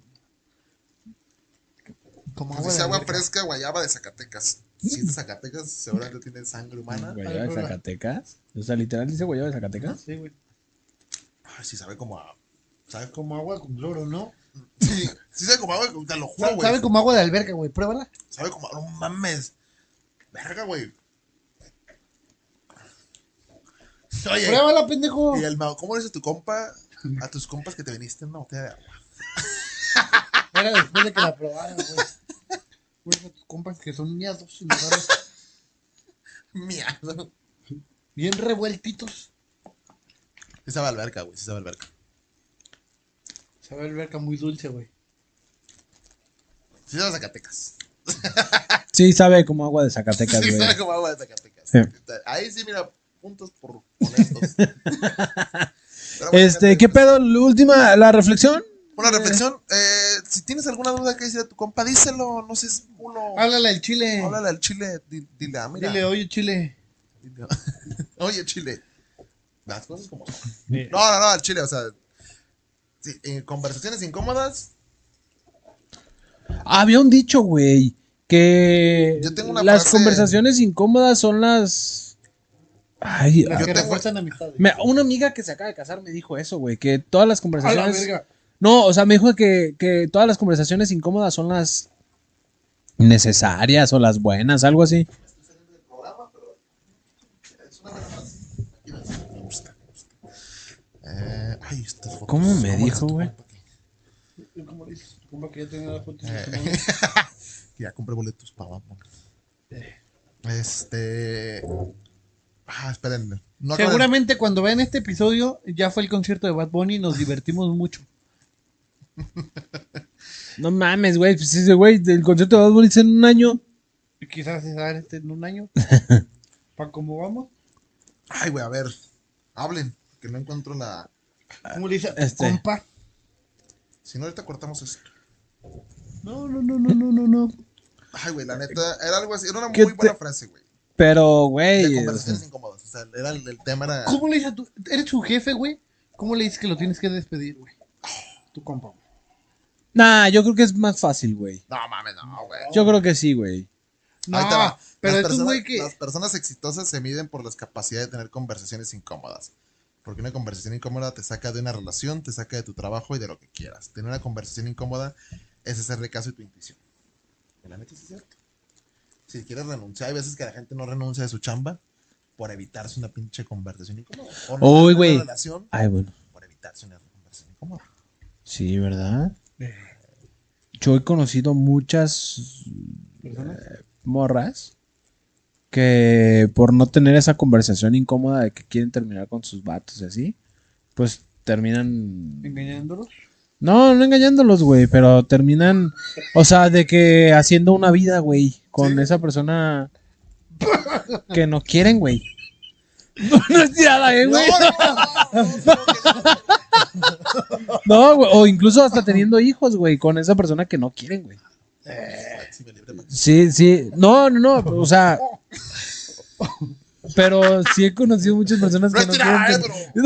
[SPEAKER 3] Como agua
[SPEAKER 4] Dice
[SPEAKER 3] de.
[SPEAKER 4] agua
[SPEAKER 3] alberca.
[SPEAKER 4] fresca, guayaba de Zacatecas. Si es
[SPEAKER 3] Mm.
[SPEAKER 4] de Zacatecas, seguramente tiene sangre humana.
[SPEAKER 1] ¿Guayaba de Zacatecas? O sea, literal dice guayaba de Zacatecas.
[SPEAKER 3] Sí, güey.
[SPEAKER 4] Ay, sí sabe como a. ¿Sabe como?
[SPEAKER 3] Como agua con cloro, ¿no?
[SPEAKER 4] Sí, sí sabe como agua, te lo juro,
[SPEAKER 3] Mm. Sabe,
[SPEAKER 4] güey.
[SPEAKER 3] como agua de alberca, güey. Pruébala.
[SPEAKER 4] Sabe como. No mames. Verga, güey. Oye,
[SPEAKER 3] Pruébala, pendejo.
[SPEAKER 4] y el mago, ¿cómo le dices a tu compa? A tus compas que te viniste en una botella de agua.
[SPEAKER 3] Era después de que la probaran, güey. Güey, a tus compas que son miados, ¿no sabes?
[SPEAKER 4] Mierda.
[SPEAKER 3] bien revueltitos.
[SPEAKER 4] Sí sabe a alberca, güey. Sí sabe a alberca.
[SPEAKER 3] Sabe a alberca muy dulce, güey.
[SPEAKER 4] Sí, sabe a Zacatecas.
[SPEAKER 1] Sí, sabe como agua de Zacatecas,
[SPEAKER 4] Sí,
[SPEAKER 1] güey.
[SPEAKER 4] sabe como agua de Zacatecas.
[SPEAKER 1] Sí.
[SPEAKER 4] Ahí sí, mira, puntos por
[SPEAKER 1] (laughs)
[SPEAKER 4] honestos. Pero bueno,
[SPEAKER 1] Este,
[SPEAKER 4] gente,
[SPEAKER 1] ¿qué
[SPEAKER 4] pues,
[SPEAKER 1] pedo? La Última, la reflexión.
[SPEAKER 4] Una reflexión. Eh, si tienes alguna duda que decir a tu compa, díselo. No seas culo.
[SPEAKER 3] Háblale al chile.
[SPEAKER 4] Háblale al chile. di- Dile, ah, mira.
[SPEAKER 3] Dile, oye, chile.
[SPEAKER 4] Dile, (laughs) Oye, chile. Las cosas como son. No, no, no, al chile. O sea, sí, eh, conversaciones incómodas.
[SPEAKER 1] Había un dicho, güey, que
[SPEAKER 4] Yo tengo una
[SPEAKER 1] las
[SPEAKER 4] frase-
[SPEAKER 1] conversaciones incómodas son las... Ay, ah,
[SPEAKER 3] Las
[SPEAKER 4] Yo
[SPEAKER 3] que
[SPEAKER 4] tengo-
[SPEAKER 3] refuerzan amistades.
[SPEAKER 1] me- una amiga que se acaba de casar me dijo eso, güey, que todas las
[SPEAKER 3] A la
[SPEAKER 1] conversaciones...
[SPEAKER 3] verga.
[SPEAKER 1] No, o sea, me dijo que, que todas las conversaciones incómodas son las necesarias o las buenas, algo así.
[SPEAKER 4] Eh, ay, estas fotos
[SPEAKER 1] ¿Cómo me
[SPEAKER 4] las
[SPEAKER 1] dijo, güey?
[SPEAKER 4] tomó?
[SPEAKER 3] Como dice, como que ya tenía la foto.
[SPEAKER 4] Eh, ya compré boletos para Batman. Este. Ah, esperen. No acaban-
[SPEAKER 3] Seguramente cuando vean este episodio ya fue el concierto de Bad Bunny y nos divertimos mucho.
[SPEAKER 1] No mames, güey. Pues ese güey, el concierto de Bad Bunny es en un año.
[SPEAKER 3] Y Quizás se sabe este en un año. (laughs) ¿Para cómo vamos?
[SPEAKER 4] Ay, güey, a ver. Hablen, que no encuentro la.
[SPEAKER 3] ¿Cómo le dice?
[SPEAKER 1] Este.
[SPEAKER 3] Compa.
[SPEAKER 4] Si no, ahorita cortamos esto.
[SPEAKER 3] No, no, no, no, no, no, no.
[SPEAKER 4] Ay, güey, la neta, era algo así. Era una
[SPEAKER 1] ¿Qué
[SPEAKER 4] muy buena
[SPEAKER 1] te-
[SPEAKER 4] frase, güey.
[SPEAKER 1] Pero,
[SPEAKER 4] De
[SPEAKER 1] güey. o sea,
[SPEAKER 4] conversaciones incómodas. O sea, era el, el tema era.
[SPEAKER 3] ¿Cómo le dices a tu... Eres su jefe, güey. ¿Cómo le dices que lo tienes que despedir, güey? Tu compa, güey.
[SPEAKER 1] Nah, yo creo que es más fácil, güey.
[SPEAKER 4] No mames, no, güey.
[SPEAKER 1] Yo creo que sí, güey.
[SPEAKER 3] No,
[SPEAKER 4] Ahí te va.
[SPEAKER 3] pero
[SPEAKER 4] Las
[SPEAKER 3] es un
[SPEAKER 4] personas-
[SPEAKER 3] güey que...
[SPEAKER 4] Las personas exitosas se miden por las capacidades de tener conversaciones incómodas. Porque una conversación incómoda te saca de una relación, te saca de tu trabajo y de lo que quieras. Tener una conversación incómoda es hacerle caso a tu intuición. ¿Me la neta sí es cierto? Si quieres renunciar, hay veces que la gente no renuncia de su chamba por evitarse una pinche conversación incómoda. O no
[SPEAKER 1] Uy,
[SPEAKER 4] tener
[SPEAKER 1] güey.
[SPEAKER 4] Una relación
[SPEAKER 1] Ay, bueno.
[SPEAKER 4] por evitarse una conversación incómoda.
[SPEAKER 1] Sí, ¿verdad? Yo he conocido muchas eh, morras que por no tener esa conversación incómoda de que quieren terminar con sus vatos y así, pues terminan
[SPEAKER 3] Engañándolos.
[SPEAKER 1] No, no engañándolos, güey, pero terminan, o sea, de que haciendo una vida, güey, con esa persona que no quieren, güey. (laughs) No, no es tirada, eh, güey. No, güey, o incluso hasta teniendo hijos, güey, con esa persona que no quieren, güey.
[SPEAKER 4] Sí, me libré,
[SPEAKER 1] Sí, sí, no, no, no, o sea, pero sí he conocido muchas personas que no quieren.
[SPEAKER 4] Retira, eh,
[SPEAKER 1] ter-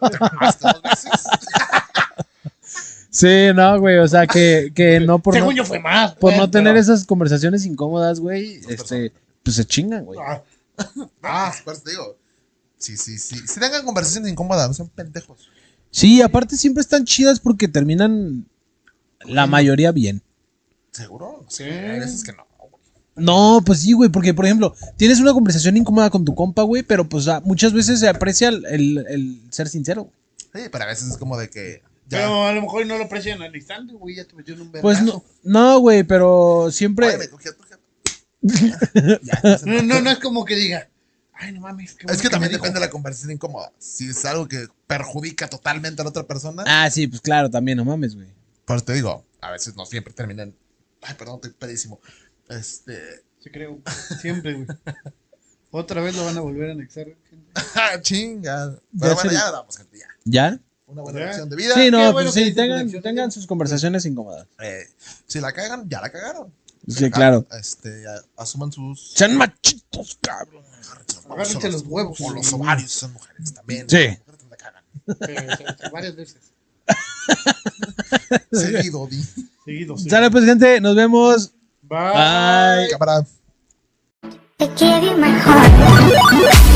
[SPEAKER 4] bro. (laughs) Te mamaste dos veces.
[SPEAKER 1] Sí, no, güey, o sea, que,
[SPEAKER 5] (laughs)
[SPEAKER 1] que no por no...
[SPEAKER 5] Según yo fue más.
[SPEAKER 1] Por
[SPEAKER 5] güey,
[SPEAKER 1] no tener
[SPEAKER 5] pero-
[SPEAKER 1] esas conversaciones incómodas, güey,
[SPEAKER 4] Son
[SPEAKER 1] este, pues se chingan, güey.
[SPEAKER 5] Ah,
[SPEAKER 4] Ah, por eso te digo. Sí, sí, sí. Si tengan conversaciones incómodas, no sean pendejos.
[SPEAKER 1] Sí, aparte siempre están chidas porque terminan la mayoría bien.
[SPEAKER 4] ¿Seguro? Sí. Hay veces que no. güey.
[SPEAKER 1] No, pues sí, güey, porque por ejemplo, tienes una conversación incómoda con tu compa, güey, pero pues ah, muchas veces se aprecia el, el- el ser sincero. güey.
[SPEAKER 4] Sí, pero a veces es como de que. Ya.
[SPEAKER 5] Pero a lo mejor no lo aprecian al instante, güey. Ya te metió en un vergazo.
[SPEAKER 1] Pues no, no, güey, pero
[SPEAKER 4] Oye, me
[SPEAKER 1] siempre...
[SPEAKER 4] cogí a tu jefe. Ya, ya,
[SPEAKER 1] (laughs)
[SPEAKER 5] No, no, no es como que diga, ay, no mames. qué bueno
[SPEAKER 4] Es que también
[SPEAKER 5] me dijo".
[SPEAKER 4] depende de la conversación incómoda. Si es algo que perjudica totalmente a la otra persona,
[SPEAKER 1] Ah, sí, pues claro, también, no mames, güey.
[SPEAKER 4] por eso te digo, a veces no siempre terminan. Ay, perdón, estoy pedísimo. Este. (laughs)
[SPEAKER 3] Sí, creo. Siempre, güey. Otra vez lo van a volver a anexar. gente.
[SPEAKER 4] ah, Chinga.
[SPEAKER 1] Ya
[SPEAKER 4] Pero bueno,
[SPEAKER 1] se-
[SPEAKER 4] ya vamos, gente. Ya.
[SPEAKER 1] ¿ya?
[SPEAKER 4] Una
[SPEAKER 3] Ya.
[SPEAKER 4] buena lección de vida.
[SPEAKER 1] Sí, no,
[SPEAKER 3] bueno
[SPEAKER 1] pues
[SPEAKER 3] que
[SPEAKER 1] sí,
[SPEAKER 3] dices
[SPEAKER 1] tengan,
[SPEAKER 3] conexión,
[SPEAKER 1] tengan
[SPEAKER 3] ¿no?
[SPEAKER 1] sus conversaciones incómodas.
[SPEAKER 4] Eh, si la cagan, ya la cagaron.
[SPEAKER 1] Sí, claro.
[SPEAKER 4] Ah, Este, a- asuman sus.
[SPEAKER 1] Sean machitos, cabrón.
[SPEAKER 3] Agárrense los huevos.
[SPEAKER 4] O los ovarios son mujeres también.
[SPEAKER 1] Sí.
[SPEAKER 4] Las mujeres la cagan.
[SPEAKER 3] Pero, o sea, Varias veces.
[SPEAKER 4] Seguido, di.
[SPEAKER 3] Seguido. sí.
[SPEAKER 1] Sale pues, gente, nos vemos.
[SPEAKER 3] Bye.
[SPEAKER 1] Bye.
[SPEAKER 4] Cámara.
[SPEAKER 6] I give you my heart.